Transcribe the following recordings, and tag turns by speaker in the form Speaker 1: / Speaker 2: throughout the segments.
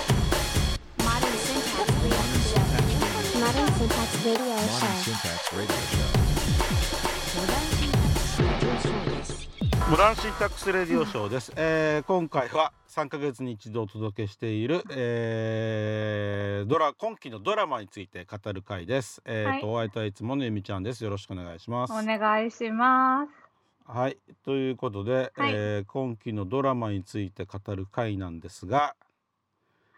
Speaker 1: Modern
Speaker 2: Modern Syntax Radio Show. Modern Syntax Radio Show.
Speaker 1: Syntax Radio Show.
Speaker 3: モダンシンタックスレディオショーです、えー今回は3ヶ月に一度お届けしている、えードラ今期のドラマについて語る回ですえーと、お相手はいつものゆみちゃんですよろしくお願いします
Speaker 4: お願いします。
Speaker 3: はいということで、
Speaker 4: はい
Speaker 3: えー今期のドラマについて語る回なんですが、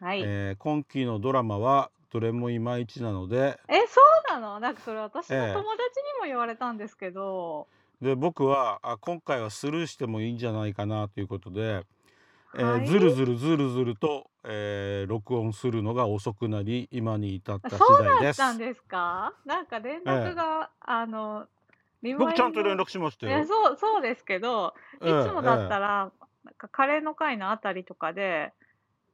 Speaker 4: はい。え
Speaker 3: えー今期のドラマはどれもいまいちなので
Speaker 4: そうなのなんかそれ私の
Speaker 3: え
Speaker 4: 友
Speaker 3: え
Speaker 4: 達にも言われたんですけど、
Speaker 3: で僕はあ今回はスルーしてもいいんじゃないかなということで、えー
Speaker 4: はい
Speaker 3: ずるずるずるずると、えー録音するのが遅くなり今に至った次
Speaker 4: そう
Speaker 3: 第
Speaker 4: だ
Speaker 3: で
Speaker 4: っ
Speaker 3: す
Speaker 4: たんですかなんか連絡が、あの、リマイン
Speaker 3: 僕
Speaker 4: ド
Speaker 3: ちゃんと連絡しました
Speaker 4: い
Speaker 3: よ、
Speaker 4: やそう、そうですけど、い
Speaker 3: ええ
Speaker 4: つもだったら、なんかカレーの会のあたりとかで、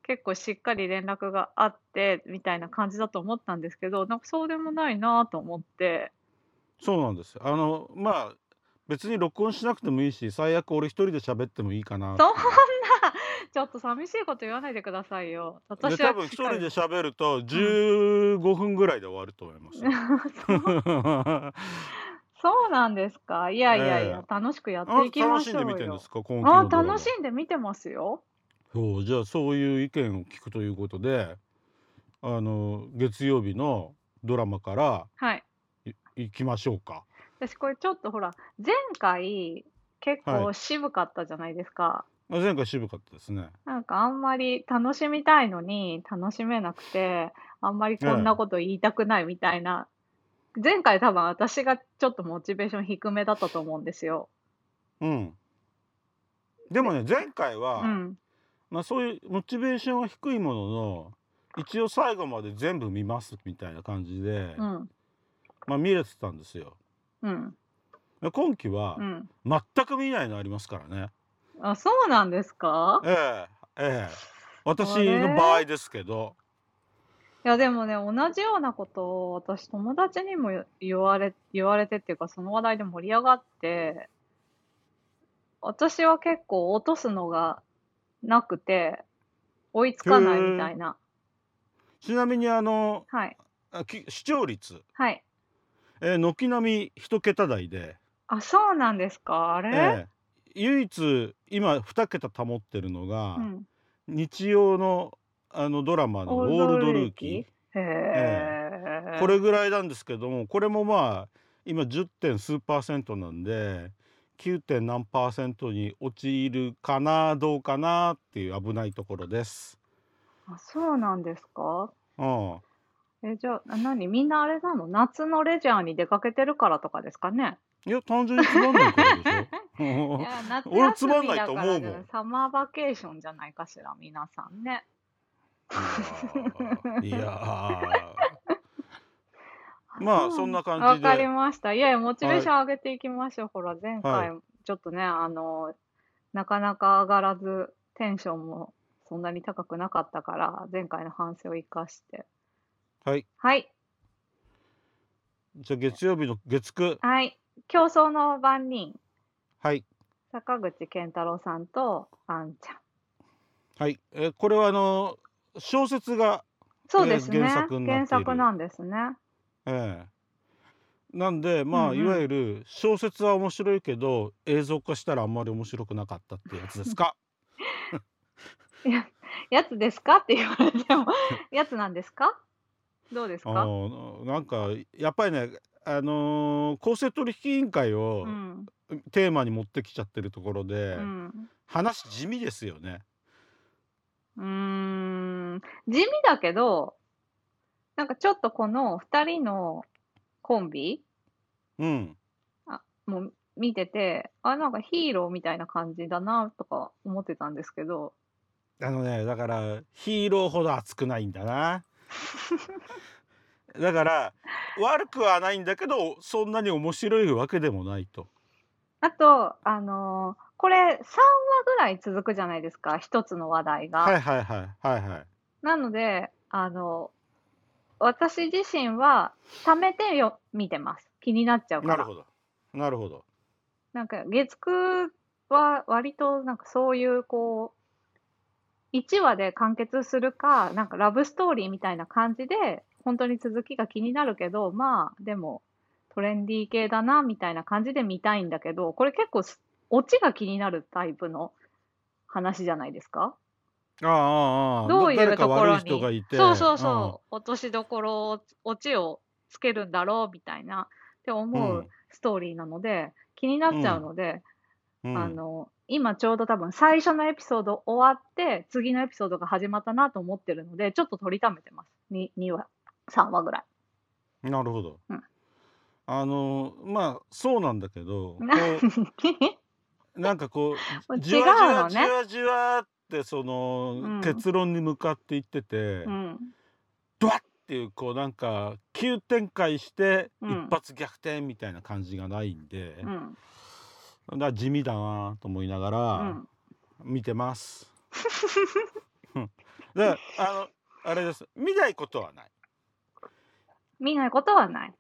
Speaker 4: 結構しっかり連絡があって、みたいな感じだと思ったんですけど、なんかそうでもないなと思って。
Speaker 3: そうなんですよあのまあ別に録音しなくてもいいし最悪俺一人で喋ってもいいか
Speaker 4: そ
Speaker 3: な
Speaker 4: んな、ちょっと寂しいこと言わないでくださいよ。
Speaker 3: で
Speaker 4: 私は
Speaker 3: 多分一人で喋ると15分ぐらいで終わると思 います、
Speaker 4: そうなんですか。いやいやいや
Speaker 3: え、
Speaker 4: 楽しくやっ
Speaker 3: あな
Speaker 4: ていき
Speaker 3: た
Speaker 4: ま
Speaker 3: 楽
Speaker 4: し
Speaker 3: しん
Speaker 4: ょ
Speaker 3: で
Speaker 4: う
Speaker 3: 見てるんで
Speaker 4: よ
Speaker 3: す。か今期
Speaker 4: あ
Speaker 3: のドラマ
Speaker 4: 楽しんで見てますよ。
Speaker 3: そうじゃあそういう意見を聞くということであの月曜日のドラマから
Speaker 4: はい。
Speaker 3: い行きましょうか。
Speaker 4: 私これちょっとほら、前回結
Speaker 3: は
Speaker 4: 構渋かったじゃないですか。
Speaker 3: まあ前回渋かったですね。
Speaker 4: なんかあんまり楽しみたいのに楽しめなくて、あんまりこんなこと言いたくないみたいな。前回多分私がちょっとモチベーション低めだったと思うんですよ。
Speaker 3: うん。でもね前回は、
Speaker 4: うん。
Speaker 3: まあそういうモチベーションは低いものの一応最後まで全部見ますみたいな感じで、
Speaker 4: うん。
Speaker 3: まあ見れてたんですよ。
Speaker 4: うん。
Speaker 3: で今期は
Speaker 4: うん。
Speaker 3: 全く見ないのありますからね。
Speaker 4: あ、そうなんですか
Speaker 3: ええええ。私の場合ですけど。
Speaker 4: いやでもね、同じようなことを私友達にも言われ、言われてっていうかその話題で盛り上がって、私は結構落とすのがなくて、追いつかないみたいな。
Speaker 3: ちなみにあの
Speaker 4: はい。
Speaker 3: あき視聴率
Speaker 4: はい。
Speaker 3: えー軒並み一桁台で、
Speaker 4: あ、そうなんですかあれ、
Speaker 3: えー唯一今二桁保ってるのが、
Speaker 4: うん。
Speaker 3: 日曜のあのドラマの「オールドルーキ
Speaker 4: へ
Speaker 3: ー」
Speaker 4: え
Speaker 3: これぐらいなんですけどもこれもまあ今10点数パーセントなんで9点何パーセントに陥るかなどうかなっていう危ないところです。
Speaker 4: あ、そうなんですか
Speaker 3: うん、
Speaker 4: え、じゃあ、何みんなあれなの夏のレジャーに出かけてるからとかですかね
Speaker 3: いや単純につまんないからで し
Speaker 4: い
Speaker 3: ょ
Speaker 4: や夏
Speaker 3: 俺
Speaker 4: 休
Speaker 3: つまん
Speaker 4: み
Speaker 3: ない
Speaker 4: だ
Speaker 3: と
Speaker 4: か
Speaker 3: 思
Speaker 4: ら
Speaker 3: うもん
Speaker 4: じゃないサマーバケーションじゃないかしら皆さんね
Speaker 3: いやー。いやーまあそんな感
Speaker 4: わ
Speaker 3: じ
Speaker 4: かり
Speaker 3: で。
Speaker 4: ましたいやいやモチベーション上げていきましょう、ほら前
Speaker 3: はい
Speaker 4: 回ちょっとねあのなかなか上がらずテンションもそんなに高くなかったから前回の反省を生かして
Speaker 3: はい。
Speaker 4: はい
Speaker 3: じゃあ月曜日の月9
Speaker 4: はい競争の番人
Speaker 3: はい
Speaker 4: 坂口健太郎さんとあんちゃん
Speaker 3: はい、えーこれはあのー小説が、
Speaker 4: そうですね、
Speaker 3: えー原作になっている
Speaker 4: 原作なんですね
Speaker 3: えーなんでまあ、
Speaker 4: うんうん
Speaker 3: いわゆる小説は面白いけど映像化したらあんまり面白くなかったってやつですか
Speaker 4: やつですかって言われてもやつなんですかど うです
Speaker 3: あ
Speaker 4: か
Speaker 3: ーなんかやっぱりねあのー公正取引委員会を
Speaker 4: うん
Speaker 3: テーマに持ってきちゃってるところで、
Speaker 4: うん
Speaker 3: 話地味ですよね。
Speaker 4: うーん地味だけどなんかちょっとこの2人のコンビ
Speaker 3: うん、
Speaker 4: もう見ててあなんかヒーローみたいな感じだなとか思ってたんですけど
Speaker 3: あのねだからヒーローほど熱くないん だなだから悪くはないんだけどそんなに面白いわけでもないと
Speaker 4: あとあのーこれ3話ぐらい続くじゃないですか1つの話題が。
Speaker 3: はいはいはいはいはい
Speaker 4: なのであの私自身は貯めてよ見てます気になっちゃうか
Speaker 3: な
Speaker 4: ら。
Speaker 3: るほどなるほど
Speaker 4: なんか月9は割となんかそういうこう1話で完結するかなんかラブストーリーみたいな感じで本当に続きが気になるけどまあでもトレンディー系だなみたいな感じで見たいんだけどこれ結構すオチが気になるタイプの話じゃないですか
Speaker 3: ああああああ
Speaker 4: どういう
Speaker 3: 誰
Speaker 4: と
Speaker 3: か
Speaker 4: ころ
Speaker 3: 悪い
Speaker 4: に
Speaker 3: 人がいて
Speaker 4: そうそうそう、落としどころを落ちをつけるんだろうみたいなって思ううんストーリーなので、気になっちゃうので、
Speaker 3: うん、うん
Speaker 4: あの今ちょうど多分最初のエピソード終わって次のエピソードが始まったなと思ってるのでちょっと取りためてます 2, 2話3話ぐらい。
Speaker 3: なるほど、
Speaker 4: うん
Speaker 3: あのまあそうなんだけど こうなんかこ
Speaker 4: もう
Speaker 3: うじわ
Speaker 4: 違
Speaker 3: じ
Speaker 4: うの
Speaker 3: わ
Speaker 4: ね
Speaker 3: じわじわってその、
Speaker 4: うん
Speaker 3: 結論に向かっていってて、
Speaker 4: うん、
Speaker 3: ドワッっていうこうなんか急展開して
Speaker 4: うん
Speaker 3: 一発逆転みたいな感じがないんで、
Speaker 4: うん、
Speaker 3: だから地味だなと思いなが
Speaker 4: う
Speaker 3: ら
Speaker 4: ん、
Speaker 3: 見 てます。うんであのあれです見ないことはない。
Speaker 4: 見ないことはない。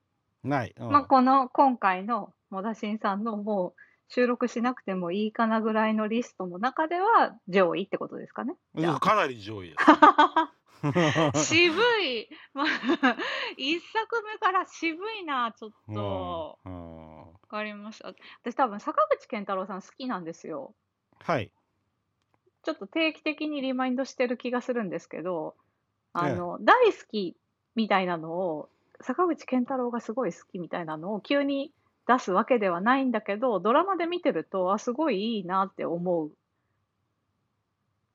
Speaker 3: ない。うん
Speaker 4: まあ、この今回のモダシンさんのもう収録しなくてもいいかなぐらいのリストの中では上位ってことですかね。 じゃあ
Speaker 3: かなり 上位です。
Speaker 4: 渋い、まあ、一作目から渋いなちょっと
Speaker 3: うんうん
Speaker 4: 分かりました私多分坂口健太郎さん好きなんですよ
Speaker 3: はい。
Speaker 4: ちょっと定期的にリマインドしてる気がするんですけどあの、大好きみたいなのを坂口健太郎がすごい好きみたいなのを急に出すわけではないんだけどドラマで見てるとあすごいいいなって思う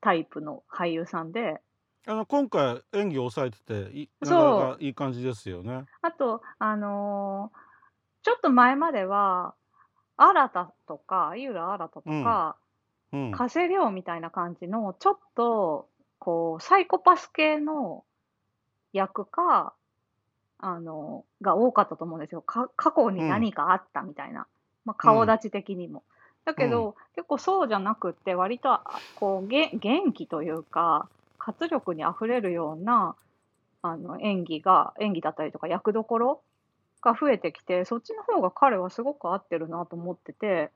Speaker 4: タイプの俳優さんで
Speaker 3: あの今回演技を抑えてていな
Speaker 4: そう
Speaker 3: かなかいい感じですよね。
Speaker 4: あと、あのーちょっと前までは、新田とか、井浦新とか、
Speaker 3: うん。
Speaker 4: 加瀬亮みたいな感じの、ちょっと、こう、サイコパス系の役か、あのが多かったと思うんですよ。か過去に何かあったみたいな。まあ、顔立ち的にも。だけど、結構そうじゃなくって、割と、あこう、げ元気というか、活力にあふれるような、あの演技が演技だったりとか役どころが増えてきてそっちの方が彼はすごく合ってるなと思ってて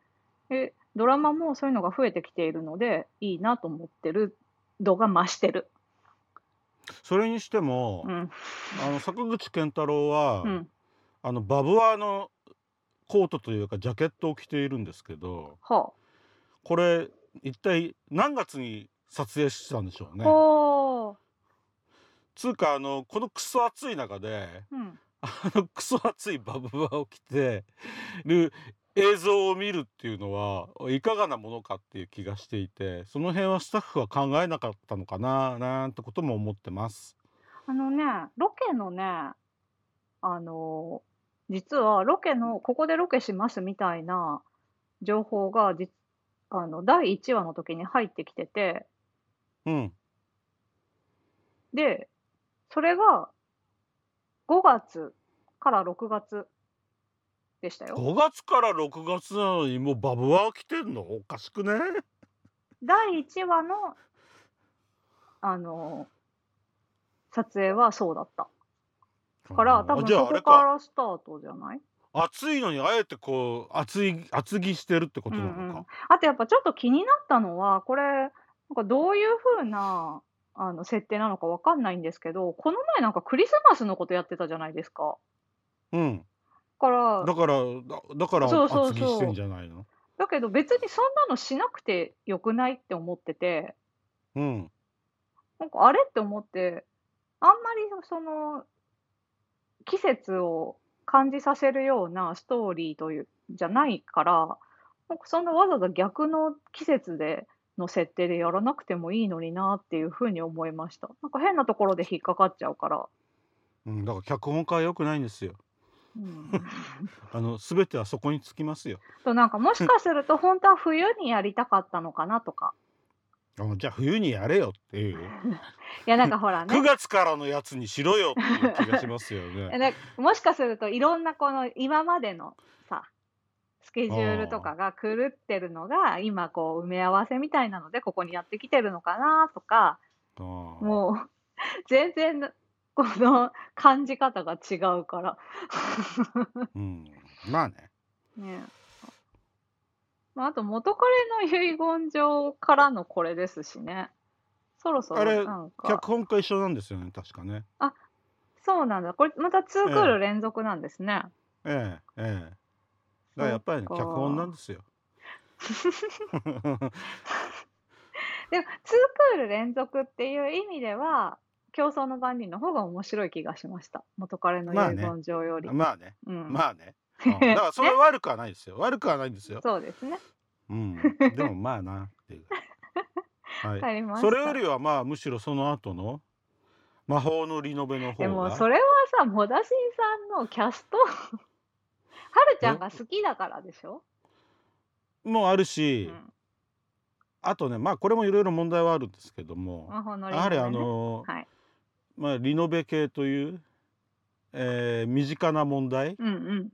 Speaker 4: でドラマもそういうのが増えてきているのでいいなと思ってる度が増してる。
Speaker 3: それにしても、
Speaker 4: うん
Speaker 3: あの坂口健太郎は、
Speaker 4: うん、
Speaker 3: あのバブアーのコートというかジャケットを着ているんですけど、
Speaker 4: は
Speaker 3: これ一体何月に撮影してたんでしょう
Speaker 4: あ、
Speaker 3: ね。
Speaker 4: ほう
Speaker 3: つうかあのこのクソ暑い中で、
Speaker 4: うん、
Speaker 3: あのクソ暑いバブバを着てる映像を見るっていうのはいかがなものかっていう気がしていてその辺はスタッフは考えなかったのかななんてことも思ってます。
Speaker 4: あのねロケのねあの実はロケのここでロケしますみたいな情報がじあの第1話の時に入ってきてて
Speaker 3: うん、
Speaker 4: で、それが5月から6月でしたよ。
Speaker 3: 5月から6月なのにもうバブワー着てんのおかしくね
Speaker 4: 第1話の、あの撮影はそうだった。から、多
Speaker 3: あ
Speaker 4: 分
Speaker 3: じゃ
Speaker 4: そ
Speaker 3: ああ
Speaker 4: こ
Speaker 3: れ
Speaker 4: か
Speaker 3: から
Speaker 4: スタートじゃない
Speaker 3: 暑いのにあえてこう厚い厚着してるってことなのか、
Speaker 4: うんうんあとやっぱちょっと気になったのは、これ、なんかどういう風なあの設定なのかわかんないんですけど、この前なんかクリスマスのことやってたじゃないですか。
Speaker 3: うん、
Speaker 4: だから、
Speaker 3: だからだだから
Speaker 4: そうそうそう
Speaker 3: 厚着してんじゃないの
Speaker 4: だけど別にそんなのしなくてよくないって思ってて。
Speaker 3: うん
Speaker 4: なんかあれって思って、あんまりその季節を感じさせるようなストーリーというじゃないから、なんかそんなわざわざ逆の季節での設定でやらなくてもいいのになっていうふうに思いました。なんか変なところで引っかかっちゃうから。
Speaker 3: うん、だから脚本家は良くないんですよ。
Speaker 4: うん、
Speaker 3: あの全てはそこにつきますよ。
Speaker 4: となんかもしかすると本当は冬にやりたかったのかなとか。
Speaker 3: あじゃあ冬にやれよって いう、
Speaker 4: いやなんかほ らね
Speaker 3: 9。月からのやつにしろよっていう気がしますよ ね。
Speaker 4: なんかもしかするといろんなこの今までのさスケジュールとかが狂ってるのが今こう埋め合わせみたいなのでここにやってきてるのかなとか
Speaker 3: も
Speaker 4: もう 全然この感じ方が違うから
Speaker 3: うん、まあね
Speaker 4: ねまあ、あと元彼の遺言状からのこれですしね。そろそ
Speaker 3: あれ
Speaker 4: ろなんか
Speaker 3: 脚。本家一緒なんですよね確かね
Speaker 4: そうなんだ。これまた2クール連続なんですね。
Speaker 3: ええええだからやっぱりね
Speaker 4: そっ
Speaker 3: 脚
Speaker 4: か
Speaker 3: 本なんで すよ
Speaker 4: でも2クール連続っていう意味では、競争の番人の方が面白い気がしました。元彼の遺
Speaker 3: まあね
Speaker 4: 言状より。
Speaker 3: まあね
Speaker 4: うん
Speaker 3: ま あね、うんだからそれは悪くはないですよ悪くはないんですよ、
Speaker 4: そうですね。
Speaker 3: うん、 でもまあなっていうはい
Speaker 4: わかりました。
Speaker 3: それよりはまあむしろその後の魔法のリノベの方
Speaker 4: でも
Speaker 3: が
Speaker 4: それはさ、モダシンさんのキャス ト、はるちゃんが好きだからでしょ、
Speaker 3: もうある
Speaker 4: う
Speaker 3: し、
Speaker 4: ん、
Speaker 3: あとねまあこれもいろいろ問題はあるんですけども、
Speaker 4: 魔法のリ
Speaker 3: やは
Speaker 4: ノベ
Speaker 3: りあ
Speaker 4: ね
Speaker 3: の、
Speaker 4: はい
Speaker 3: まあ、リノベ系という、えー身近な問題
Speaker 4: うんうん。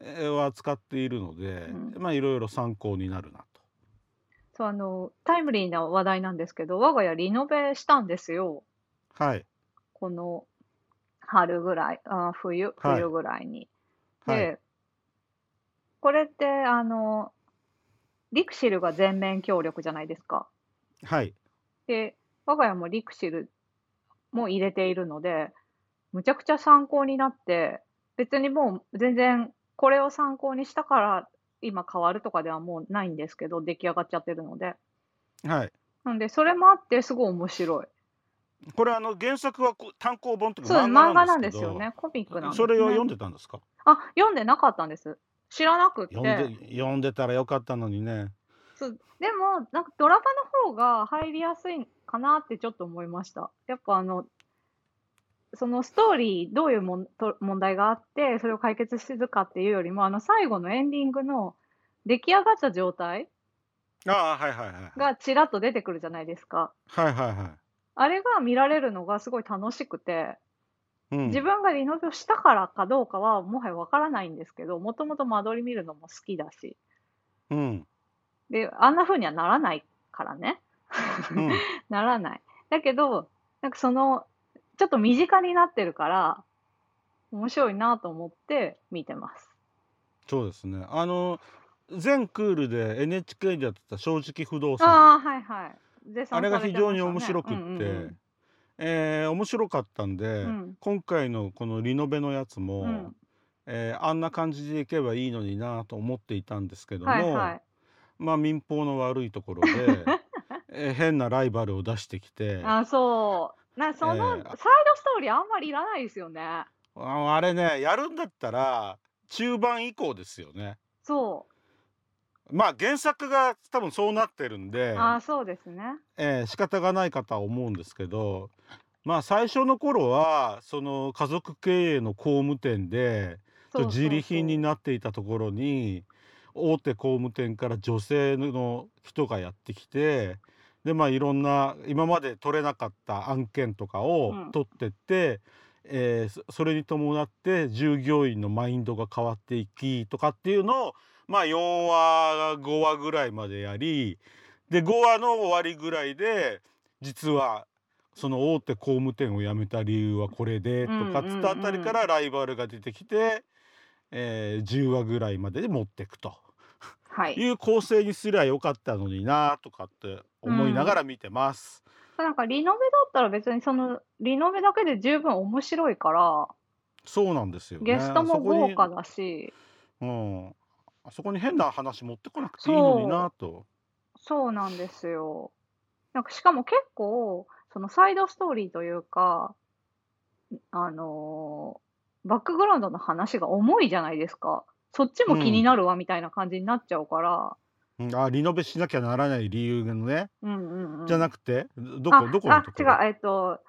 Speaker 3: えーを扱っているので、
Speaker 4: う
Speaker 3: まあいろいろ参考になるな
Speaker 4: そうあのタイムリーな話題なんですけど我が家リノベしたんですよ
Speaker 3: と。はい
Speaker 4: この春ぐらいあ冬
Speaker 3: はい
Speaker 4: 冬ぐらいに。
Speaker 3: はい、
Speaker 4: でこれってあのリクシルが全面協力じゃないですか。
Speaker 3: はい、
Speaker 4: で我が家もリクシルも入れているのでむちゃくちゃ参考になって別にもう全然これを参考にしたから今変わるとかではもうないんですけど出来上がっちゃってるので。
Speaker 3: はい
Speaker 4: なんで、それもあって、すごい面白い。
Speaker 3: これあの原作はこう単行本という
Speaker 4: そう、
Speaker 3: か
Speaker 4: 漫
Speaker 3: 漫
Speaker 4: 画
Speaker 3: 画
Speaker 4: な
Speaker 3: なんん
Speaker 4: で
Speaker 3: ですすけど
Speaker 4: よね。コミックなんです、ね。
Speaker 3: それを読んでたんですか
Speaker 4: あ、読んでなかったんです。知らなくって。
Speaker 3: 読んで読んでたらよかったのにね。
Speaker 4: そうでも、なんかドラマの方が入りやすいかなってちょっと思いました。やっぱあの、そのストーリー、どういうもんと問題があって、それを解決してるかっていうよりも、あの、最後のエンディングの出来上がった状態
Speaker 3: ああはいはいはい。
Speaker 4: がちらっと出てくるじゃないですか。
Speaker 3: はいはいは
Speaker 4: あれが見られるのがすごい楽しくて、
Speaker 3: い。うん
Speaker 4: 自分がリノベをしたからかどうかはもはやわからないんですけどもともと間取り見るのも好きだし
Speaker 3: うん
Speaker 4: であんな風にはならないからね
Speaker 3: うん
Speaker 4: ならないだけどなんかそのちょっと身近になってるから面白いなと思って見てます
Speaker 3: そうですね。あの全クールで NHK でやってた「正直不動産」あ
Speaker 4: ああはいはい絶賛
Speaker 3: れが
Speaker 4: さ
Speaker 3: 非
Speaker 4: てましたね
Speaker 3: 常に面白くって、
Speaker 4: うんうん
Speaker 3: えー面白かったんで、
Speaker 4: うん
Speaker 3: 今回のこのリノベのやつも、
Speaker 4: うん
Speaker 3: えーあんな感じでいけばいいのになと思っていたんですけど
Speaker 4: うん
Speaker 3: も、
Speaker 4: はいはい
Speaker 3: まあ民放の悪いところで、えー変なライバルを出してきてあ
Speaker 4: あそうなそのサ
Speaker 3: え
Speaker 4: イ
Speaker 3: え
Speaker 4: ドストーリーあんまりいらないですよね
Speaker 3: あれねやるんだったら中盤以降ですよね。
Speaker 4: そ
Speaker 3: まあ原作が多分そうなってるんで
Speaker 4: うああそうですね
Speaker 3: えー仕方がないかとは思うんですけどまあ最初の頃はその家族経営の工務店でちょっと自利品に
Speaker 4: な
Speaker 3: なっていたところに大手工務店から女性の人がやってきてでまあいろんな今まで取れなかった案件とかを
Speaker 4: うん
Speaker 3: 取ってって、えーそそれに伴って従業員のマインドが変わっていきとかっていうのをまあ4話5話ぐらいまでやりで5話の終わりぐらいで実はその大手工務店を辞めた理由はこれでとかつったあたりからライバルが出てきて、えー10話ぐらいまでで持っていくと
Speaker 4: はい
Speaker 3: いう構成にすりゃよかったのになとかって思いながら見てます。
Speaker 4: なんかリノベだったら別にそのリノベだけで十分面白いから
Speaker 3: そうなんですよ、ね、
Speaker 4: ゲストも豪華
Speaker 3: そこ
Speaker 4: だし
Speaker 3: にうんあそこに変な話持ってこなくていいのになと。
Speaker 4: そうなんですよなんかしかも結構そのサイドストーリーというかあのーバックグラウンドの話が重いじゃないですかそっちも気になるわみたいな感じになっちゃうから、
Speaker 3: うんあリノベしなきゃならない理由がね、
Speaker 4: うん、うんうん
Speaker 3: じゃ
Speaker 4: な
Speaker 3: なくてどこどこのところ
Speaker 4: あ違うえっと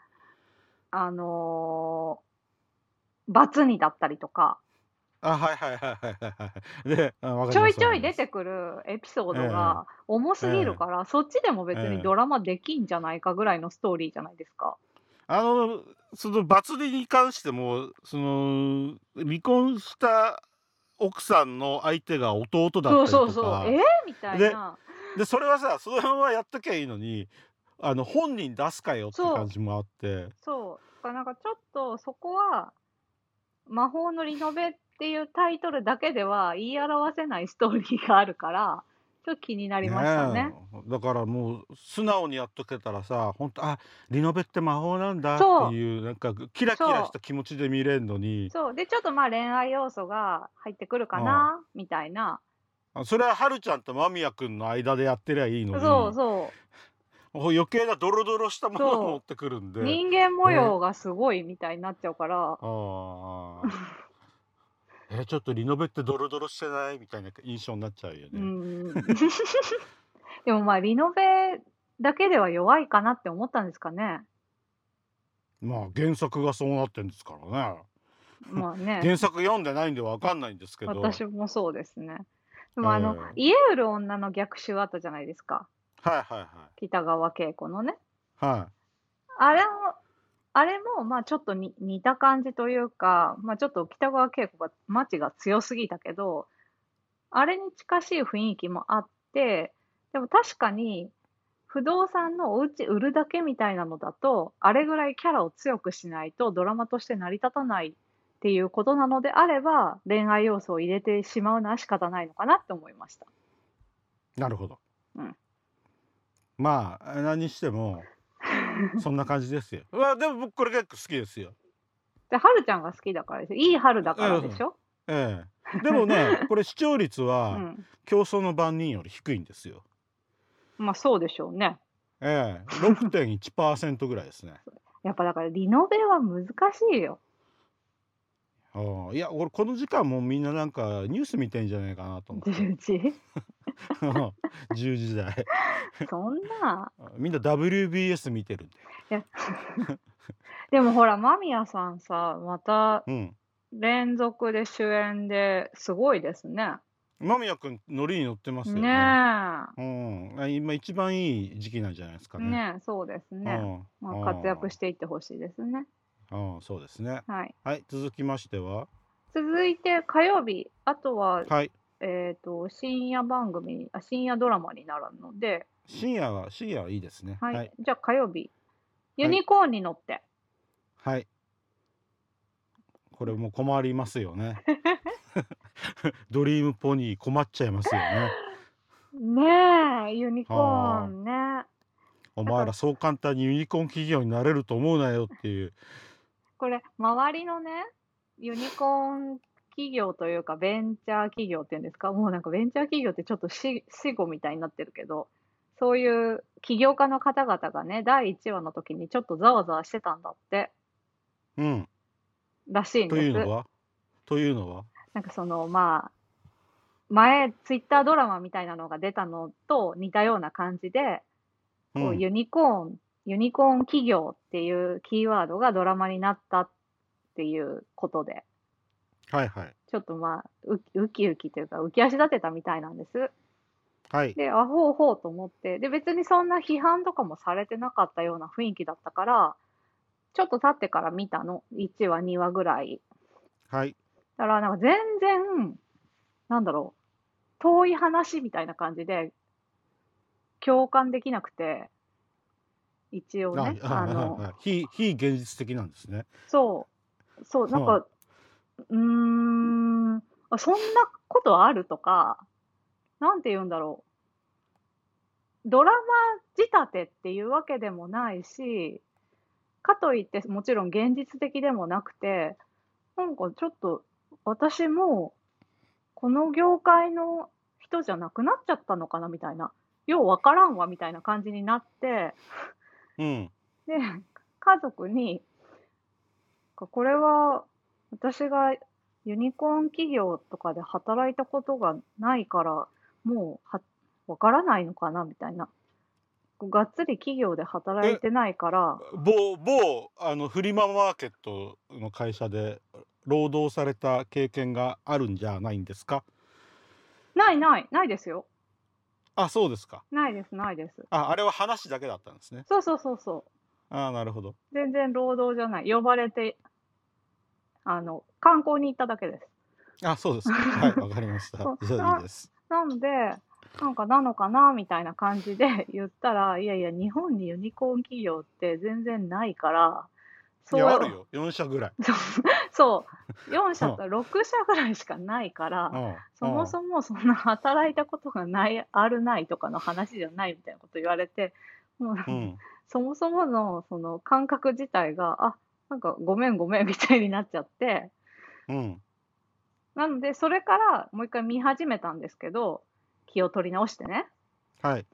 Speaker 4: あのーバツにだったりとか
Speaker 3: あはいはいはいはいはいはいであわかり
Speaker 4: ちょ
Speaker 3: ま
Speaker 4: い
Speaker 3: す
Speaker 4: ちょい出
Speaker 3: わ
Speaker 4: てくるエピソードが重すぎるから、そっちでも別
Speaker 3: ええ
Speaker 4: にドラマできんじゃないかぐらいのストーリーじゃないですか。
Speaker 3: かりますあのそのバツリに関してもその離婚した奥さんの相手が弟だったり
Speaker 4: そ
Speaker 3: と
Speaker 4: う
Speaker 3: か
Speaker 4: そうそう。えー、みたい
Speaker 3: で
Speaker 4: な。
Speaker 3: でそれはさそのままやっときゃいいのにあの本人出すかよって
Speaker 4: そう
Speaker 3: 感じもあって
Speaker 4: そう。だからなんかちょっとそこは魔法のリノベっていうタイトルだけでは言い表せないストーリーがあるから、ちょっと気になりましたね。
Speaker 3: えだからもう素直にやっとけたらさ本当あリノベって魔法なんだ
Speaker 4: そう
Speaker 3: っていうなんかキラキラした気持ちで見れるのに
Speaker 4: そう。で、ちょっとまあ恋愛要素が入ってくるかな、みたいな。
Speaker 3: あそれははるちゃんと間宮君の間でやってりゃいいのに
Speaker 4: そうそう。
Speaker 3: 余計なドロドロしたもの
Speaker 4: そう
Speaker 3: を持ってくるんで。
Speaker 4: 人間模様がすごいみたいになっちゃうから、
Speaker 3: ああえちょっとリノベってドロドロしてないみたいな印象になっちゃうよね。
Speaker 4: うん でもまあリノベだけでは弱いかなって思ったんですかね
Speaker 3: まあ原作がそうなってんですからね。
Speaker 4: まあね
Speaker 3: 原作読んでないんでわかんないんですけど。
Speaker 4: 私もそうですねでもあの、
Speaker 3: え
Speaker 4: 家売る女の逆襲あったじゃないですか
Speaker 3: はいはい
Speaker 4: 北川景子のね
Speaker 3: はいは
Speaker 4: あれもあれもまあちょっとに似た感じというか、まあ、ちょっと北川景子がマチが強すぎたけどあれに近しい雰囲気もあってでも確かに不動産のお家売るだけみたいなのだとあれぐらいキャラを強くしないとドラマとして成り立たないっていうことなのであれば恋愛要素を入れてしまうのは仕方ないのかなって思いました。
Speaker 3: い。なるほど。
Speaker 4: うん
Speaker 3: まあ何にし てもそんな感じです よ。うわでも僕これ結構好きですよ。
Speaker 4: で春ちゃんが好きだからですよいい春だからでしょ、
Speaker 3: ええ。でもねこれ視聴率
Speaker 4: う
Speaker 3: は
Speaker 4: ん、
Speaker 3: 競争の番人より低いんですよ。
Speaker 4: まあそうでしょうね。
Speaker 3: ええ、6.1%ぐらい ですね。
Speaker 4: やっぱだからリノベは難しいよ。
Speaker 3: ああいや俺この時間もうみんななんかニュース見てんじゃないかなと思って
Speaker 4: 10時
Speaker 3: 10時台
Speaker 4: そんな。
Speaker 3: みんな WBS 見てるんで
Speaker 4: いやでもほら、間宮さんさ、また
Speaker 3: うん
Speaker 4: 連続で主演ですごいですね。
Speaker 3: 間宮君ノリに乗ってますよね
Speaker 4: ね
Speaker 3: うんあ今一番いい時期なんじゃないです
Speaker 4: え。
Speaker 3: かね
Speaker 4: ねえ、そうですね。
Speaker 3: うん
Speaker 4: まあ、活躍していってほしいですね。
Speaker 3: うんそうですね
Speaker 4: はい。
Speaker 3: はい続きましては
Speaker 4: 続いて火曜日、あとは、
Speaker 3: はい
Speaker 4: えっ、と、深夜番組、あ深夜ドラマになるので、
Speaker 3: 深夜は深夜はいいですね
Speaker 4: はい。
Speaker 3: はい、
Speaker 4: じゃあ火曜日、ユニコーンに乗って。
Speaker 3: はいこれも困ります よね ドリームポニー困っちゃいますよね
Speaker 4: ねえ、ユニコーンね。
Speaker 3: お前らそう簡単にユニコーン企業になれると思うなよっていう。
Speaker 4: これ周りのねユニコーン企業というかベンチャー企業っていうんですかもうなんかベンチャー企業ってちょっと死死語みたいになってるけどそういう起業家の方々がね第1話の時にちょっとざわざわしてたんだって
Speaker 3: うん。
Speaker 4: らしいん
Speaker 3: と
Speaker 4: で
Speaker 3: いう
Speaker 4: す
Speaker 3: のはというのは
Speaker 4: なんかそのまあ前ツイッタードラマみたいなのが出たのと似たような感じで、
Speaker 3: う。
Speaker 4: こうんユニコーンユニコーン企業っていうキーワードがドラマになったっていうことで
Speaker 3: はいはい。
Speaker 4: ちょっとまあ、うウキウキというか、浮き足立てたみたいなんです。
Speaker 3: はい。
Speaker 4: で、あほうほうと思って、で、別にそんな批判とかもされてなかったような雰囲気だったから、ちょっと経ってから見たの。1話、2話ぐらい。
Speaker 3: はい。
Speaker 4: だから、なんか全然、なんだろう、遠い話みたいな感じで、共感できなくて、一応ね、
Speaker 3: あ
Speaker 4: あ の、
Speaker 3: あ非非現実的なんですね。
Speaker 4: そう、そう、なんか、うーん、あそんなことあるとか、なんて言うんだろう。ドラマ仕立てっていうわけでもないし、かといってもちろん現実的でもなくて、なんかちょっと私もこの業界の人じゃなくなっちゃったのかなみたいな、ようわからんわみたいな感じになって、
Speaker 3: うん。
Speaker 4: で、家族に、かこれは私がユニコーン企業とかで働いたことがないから、もうはわからないのかなみたいな。こうがっつり企業で働いてないから、
Speaker 3: 某某あのフリママーケットの会社で労働された経験があるんじゃないんですか。
Speaker 4: ないない、ないですよ。
Speaker 3: あそうですか。
Speaker 4: ないです、ないです。
Speaker 3: ああれは話だけだったんですね。
Speaker 4: そうそうそうそう。
Speaker 3: ああなるほど。
Speaker 4: 全然労働じゃない。呼ばれて、あの、観光に行っただけです。
Speaker 3: あそう ですか。はいわかりました
Speaker 4: そう。
Speaker 3: じゃあいいです。
Speaker 4: なんで、なんかなのかなみたいな感 じで言ったら、いやいや、日本にユニコーン企業って全然ないから、
Speaker 3: いやあるよ4社ぐらい、
Speaker 4: そう4社 と6社ぐらいしかないから、
Speaker 3: うん
Speaker 4: そもそもそんな働いたことがないあるないとかの話じゃないみたいなこと言われてもうなんか
Speaker 3: うんうん
Speaker 4: そもそものその感覚自体があなんかごめんごめんみたいになっちゃって
Speaker 3: うん
Speaker 4: なのでそれからもう一回見始めたんですけど気を取り直してね
Speaker 3: はい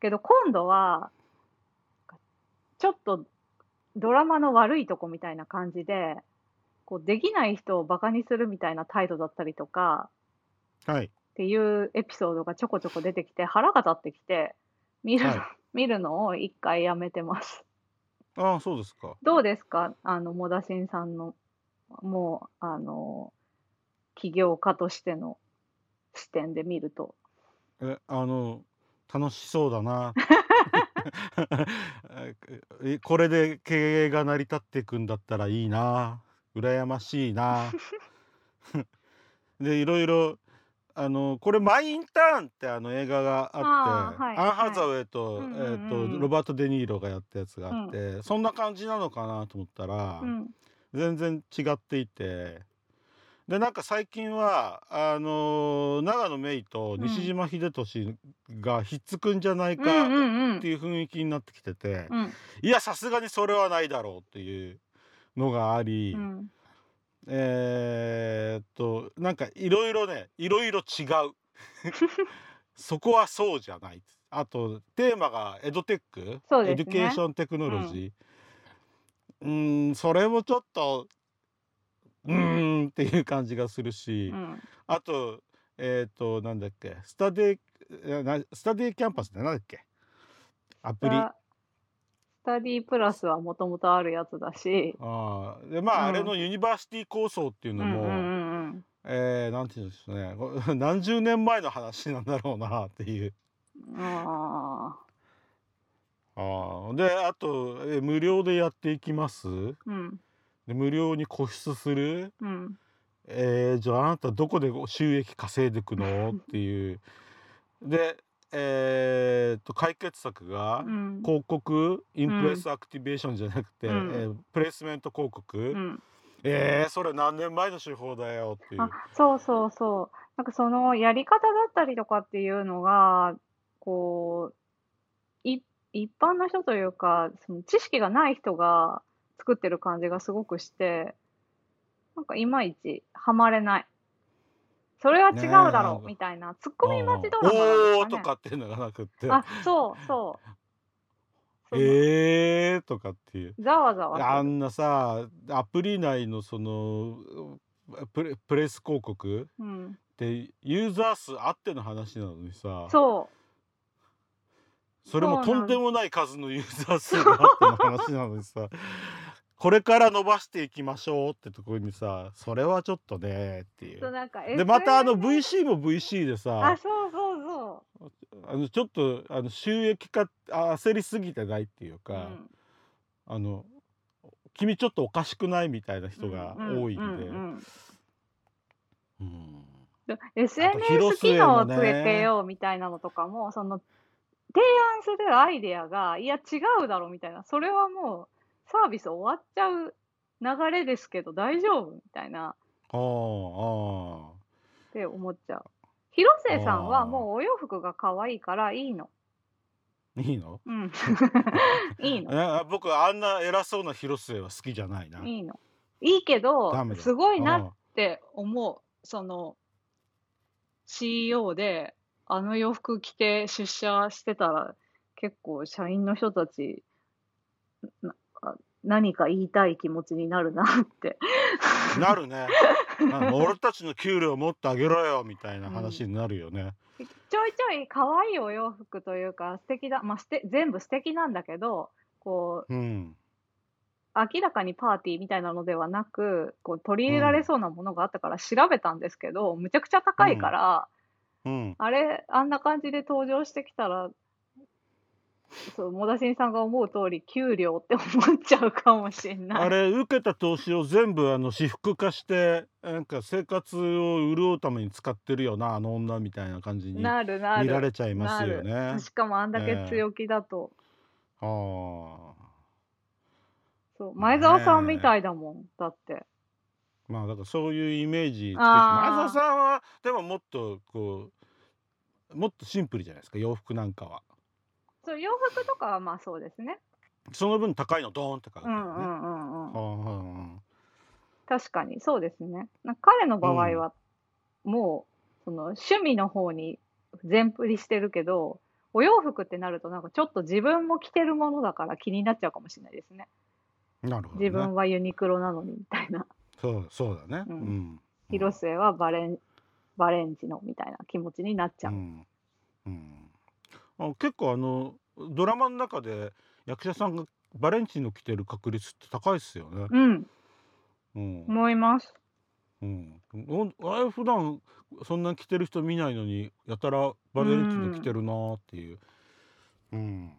Speaker 4: けど今度はちょっとドラマの悪いとこみたいな感じでこうできない人をバカにするみたいな態度だったりとか
Speaker 3: はい
Speaker 4: っていうエピソードがちょこちょこ出てきて腹が立ってきて見る,、
Speaker 3: はい
Speaker 4: 見るのを一回やめてます。
Speaker 3: ああそうですか
Speaker 4: どうですかあのモダシンさんのもうあの起業家としての視点で見ると。
Speaker 3: えあの楽しそうだな えこれで経営が成り立っていくんだったらいいな羨まし いなでいろいろあのこれ「マイ・インターン」ってあの映画があっ
Speaker 4: あ
Speaker 3: て
Speaker 4: ーはい
Speaker 3: アン・ハザウェイと,、
Speaker 4: はいうん
Speaker 3: え
Speaker 4: うんうんうん
Speaker 3: ー、とロバート・デ・ニーロがやったやつがあって、そんな感じなのかなと思ったら、
Speaker 4: うん、
Speaker 3: 全然違っていてでなんか最近はあのー永野芽郁と西島秀俊がひっつくんじゃないうか
Speaker 4: んうんうん
Speaker 3: っていう雰囲気になってきてて、
Speaker 4: うん
Speaker 3: いやさすがにそれはないだろうっていうのがあり、
Speaker 4: うん
Speaker 3: えーっとなんかいろいろねいろいろ違 うそこはそうじゃないあとテーマがエドテック、
Speaker 4: そう
Speaker 3: エ
Speaker 4: ですね
Speaker 3: デュケーションテクノロジーうーんそれもちょっとうーんっていう感じがするし、
Speaker 4: うん
Speaker 3: あとえーっとなんだっけスタディなスタディキャンパスってなんだっけアプリ
Speaker 4: スタディプラスはもともとあるやつだし、
Speaker 3: あーで
Speaker 4: う
Speaker 3: まあ、
Speaker 4: ん
Speaker 3: あれのユニバーシティ構想っていう
Speaker 4: うんうん
Speaker 3: のも、
Speaker 4: うんうん
Speaker 3: えー、なんていうん ですかねこれ何十年前の話なんだろうなっていう
Speaker 4: あ
Speaker 3: あーであと、えー無料でやっていきます
Speaker 4: ーうん
Speaker 3: で無料に固執する
Speaker 4: うん
Speaker 3: えー、じゃああなたどこで収益稼いでいくのっていうでえー、と解決策が
Speaker 4: うん
Speaker 3: 広告インプレスアクティベーションじゃなくて、
Speaker 4: うん
Speaker 3: えープレイスメント広告、
Speaker 4: うん
Speaker 3: えー、それ何年前の手法だよっていう
Speaker 4: あそうそうそうなんかそのやり方だったりとかっていうのがこうい一般の人というかその知識がない人が作ってる感じがすごくしてなんかいまいちハマれないそれは違うだろ
Speaker 3: ねえ
Speaker 4: うみたいなツッコミ待ちド
Speaker 3: お
Speaker 4: ラマなんです
Speaker 3: お
Speaker 4: か
Speaker 3: ー
Speaker 4: ね
Speaker 3: とかっていうのがなくって
Speaker 4: あそうそうその
Speaker 3: えーとかっていう
Speaker 4: ざわざわ
Speaker 3: あ
Speaker 4: する
Speaker 3: んなさアプリ内のそのプレプレス広告
Speaker 4: うん、
Speaker 3: ってユーザー数あっての話なのにさ
Speaker 4: そう
Speaker 3: それ
Speaker 4: そ
Speaker 3: も
Speaker 4: う
Speaker 3: と
Speaker 4: なん
Speaker 3: んでもない数のユーザー数があっての話なのにさ これから伸ばしていきましょうってところにさそれはちょっとねってい
Speaker 4: そう
Speaker 3: う。
Speaker 4: なんか
Speaker 3: でまたあの
Speaker 4: SNS
Speaker 3: VC も VC でさ
Speaker 4: あそうそうそ
Speaker 3: あのちょっとあの収益化あ焦りすぎてないっていう
Speaker 4: う、う
Speaker 3: か、
Speaker 4: ん
Speaker 3: あの君ちょっとおかしくないみたいな人が多いんで、
Speaker 4: うんうんうん
Speaker 3: うん
Speaker 4: で
Speaker 3: あと広
Speaker 4: SNS
Speaker 3: 末
Speaker 4: 機能
Speaker 3: も
Speaker 4: を
Speaker 3: ね
Speaker 4: つけてよみたいなのとかも、その提案するアイデアが、いや、違うだろみたいな、それはもうサービス終わっちゃう流れですけど、大丈夫みたいな
Speaker 3: あああ
Speaker 4: って思っちゃう。広末さん
Speaker 3: あ
Speaker 4: は
Speaker 3: ー
Speaker 4: もうお洋服が可愛いからいいの。
Speaker 3: あいいの
Speaker 4: うん。いいの。
Speaker 3: あ僕あんな偉そうな広末は好きじゃないな。
Speaker 4: いいの。いいけど
Speaker 3: ダメ、だ
Speaker 4: すごいな
Speaker 3: あ
Speaker 4: っって思う。その CEO であの洋服着て出社してたら結構社員の人たちなあ何か言いたい気持ちになるなって。
Speaker 3: あなるねあ俺たちの給料もっと上げろよみたいな話になるよね。
Speaker 4: ちょいちょい可愛いお洋服というか素敵だ、まあ、すて全部素敵なんだけどこう
Speaker 3: うん、
Speaker 4: 明らかにパーティーみたいなのではなくこう取り入れられそうなものがあったから調べたんですけど、むちゃくちゃ高いから。
Speaker 3: うん
Speaker 4: あれ、あんな感じで登場してきたら、そう、モダシンさんが思う通り、給料って思っちゃうかもしれない。
Speaker 3: あれ受けた投資を全部あの私服化してなんか生活を潤うために使ってるよなあの女みたいな感じに
Speaker 4: なるなる。
Speaker 3: 見られちゃいますよね。
Speaker 4: なるしかもあんだけ強気だと、
Speaker 3: ああ
Speaker 4: そう前澤さんみたいだもん、だって
Speaker 3: まあだからそういうイメージつけて前
Speaker 4: あー
Speaker 3: 澤さんはでももっとこうもっとシンプルじゃないですか洋服なんかは
Speaker 4: そう洋服とかはまあそうですね
Speaker 3: その分高いのドーンって買
Speaker 4: う
Speaker 3: うからね、
Speaker 4: んうんうんうん
Speaker 3: はあはあはあ
Speaker 4: 確かにそうですねなんか彼の場合は、もうその趣味の方に全振りしてるけどお洋服ってなるとなんかちょっと自分も着てるものだから気になっちゃうかもしれないですね
Speaker 3: なるほど、ね、
Speaker 4: 自分はユニクロなのにみたいな
Speaker 3: そうそうだねう、
Speaker 4: うんん
Speaker 3: うん、
Speaker 4: 広末はバレンバレンチのみたいな気持ちになっちゃう、
Speaker 3: うん、うん、あ結構あのドラマの中で役者さんがバレンチーノ着てる確率って高いっすよね
Speaker 4: うん、
Speaker 3: うん、
Speaker 4: 思います。
Speaker 3: うん、ほんあれ普段そんな着てる人見ないのにやたらバレンチーノ着てるなーっていううん、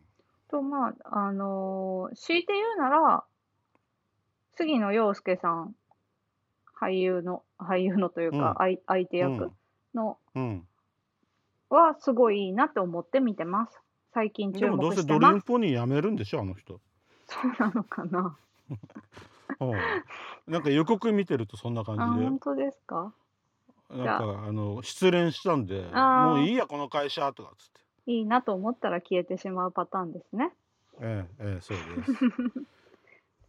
Speaker 4: と、まあ、あのー強いて言うなら、杉野遥亮さん、俳優の、俳優のという
Speaker 3: うん
Speaker 4: か、相相手役の、
Speaker 3: うん、
Speaker 4: は、すごいいいなって思って見てます。最近
Speaker 3: で
Speaker 4: 注
Speaker 3: もど
Speaker 4: 目
Speaker 3: うせ
Speaker 4: し
Speaker 3: ド
Speaker 4: て
Speaker 3: リー
Speaker 4: ま
Speaker 3: ム
Speaker 4: す。
Speaker 3: ポニーやめるんでしょあ の人、
Speaker 4: そうなのかな。
Speaker 3: はいなんか予告見てるとそんな
Speaker 4: あ、
Speaker 3: 感じで
Speaker 4: 本当ですか
Speaker 3: なんかあの失恋したんで
Speaker 4: あー
Speaker 3: もういいやこの会社とかっつって
Speaker 4: いいなと思ったら消えてしまうパターンですね。
Speaker 3: ええええそうです
Speaker 4: ちょっ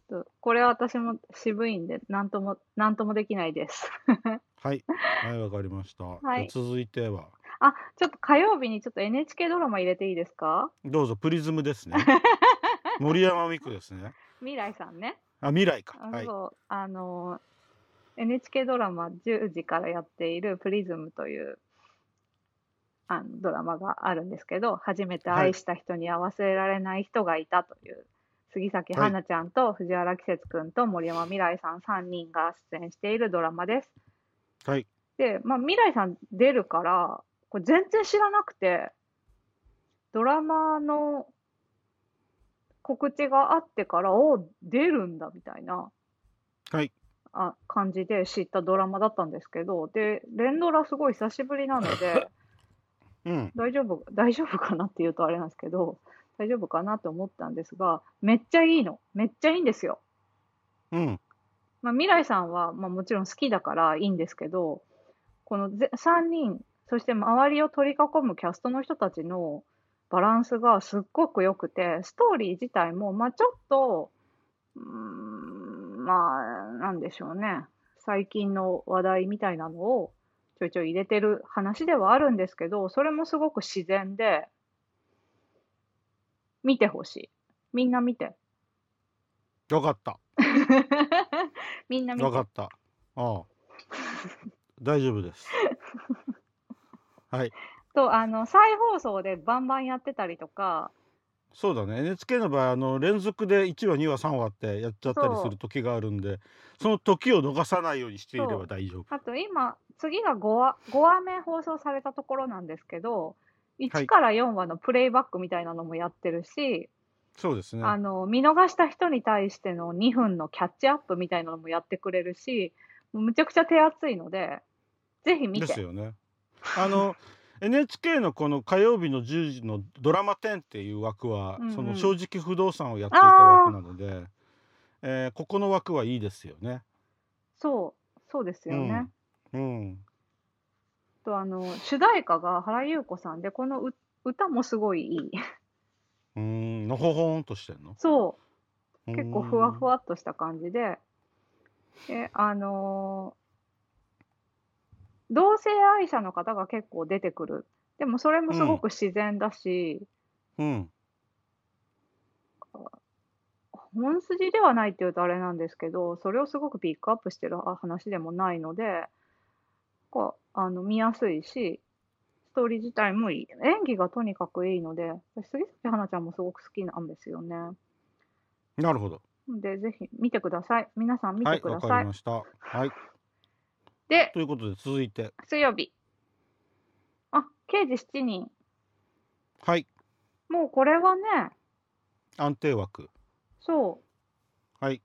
Speaker 4: とこれは私も渋いんで、なんとも、なんともできないです。
Speaker 3: はいはいわかりました、
Speaker 4: はい
Speaker 3: じゃあ続いては
Speaker 4: あ、ちょっと火曜日にちょっと NHK ドラマ入れていいですか
Speaker 3: どうぞプリズムで すね森山未来ですね
Speaker 4: 未来さんね。
Speaker 3: あ未来か
Speaker 4: あ
Speaker 3: はい
Speaker 4: そうあの NHK ドラマ10時からやっている「プリズム」というあのドラマがあるんですけど初めて
Speaker 3: はい
Speaker 4: 愛した人には忘れられない人がいたという、杉咲花ちゃんと藤原季節くんと森山未来さん3人が出演しているドラマです。
Speaker 3: はい
Speaker 4: で、まあ、未来さん出るからこれ全然知らなくてドラマの告知があってからお出るんだみたいな
Speaker 3: はい
Speaker 4: あ感じで知ったドラマだったんですけどで連ドラすごい久しぶりなの で
Speaker 3: うん
Speaker 4: 大丈夫大丈夫かなっていうとあれなんですけど大丈夫かなと思ったんですがめっちゃいいのめっちゃいいんですよ。
Speaker 3: うん
Speaker 4: まあ、未来さんは、まあ、もちろん好きだからいいんですけどこのぜ3人そして周りを取り囲むキャストの人たちのバランスがすっごく良くてストーリー自体も、まあ、ちょっとうーんまあなんでしょうね最近の話題みたいなのをちょいちょい入れてる話ではあるんですけどそれもすごく自然で見てほしいみんな見て
Speaker 3: わかった
Speaker 4: みんな見
Speaker 3: わ
Speaker 4: て
Speaker 3: かった。あ あ。大丈夫です。はい。
Speaker 4: とあの再放送でバンバンやってたりとか
Speaker 3: そうだね。NHK の場合、あの連続で1話、2話、3話ってやっちゃったりする時があるんで、その時を逃さないようにしていれ
Speaker 4: そ
Speaker 3: ば
Speaker 4: う
Speaker 3: 大丈夫。
Speaker 4: あと今次が5話 ,5 話目放送されたところなんですけど
Speaker 3: はい
Speaker 4: 1から4話のプレイバックみたいなのもやってるし、
Speaker 3: そうですね。
Speaker 4: あの見逃した人に対しての2分のキャッチアップみたいなのもやってくれるしもうむちゃくちゃ手厚いのでぜひ見
Speaker 3: です
Speaker 4: て。
Speaker 3: よね。あの NHK のこの火曜日の10時のドラマ10っていう枠は、
Speaker 4: うんうん
Speaker 3: その正直不動産をやっていた枠なので、えーここの枠はいいですよね。
Speaker 4: そうそうですよね、
Speaker 3: うん。うん。
Speaker 4: とあの主題歌が原由子さんでこのう歌もすごいい い
Speaker 3: うーん。のほほんとしてんの。
Speaker 4: そう結構ふわふ
Speaker 3: わ。
Speaker 4: わっとした感じで、えあのー同性愛者の方が結構出てくる。でもそれもすごく自然だし、
Speaker 3: うん。
Speaker 4: 本筋ではないっていうとあれなんですけど、それをすごくピックアップしてる話でもないので、こうあの見やすいし、ストーリー自体もいい。演技がとにかくいいので、私杉咲花ちゃんもすごく好きなんですよね。
Speaker 3: なるほど。
Speaker 4: ので、ぜひ見てください。皆さん見
Speaker 3: は
Speaker 4: て
Speaker 3: い、
Speaker 4: くだ
Speaker 3: わ
Speaker 4: さい。
Speaker 3: かりました。はい、
Speaker 4: で、
Speaker 3: ということで続いて、
Speaker 4: 水曜日。あ、刑事7人。
Speaker 3: はい、
Speaker 4: もうこれはね、
Speaker 3: 安定枠。
Speaker 4: そう。
Speaker 3: はい。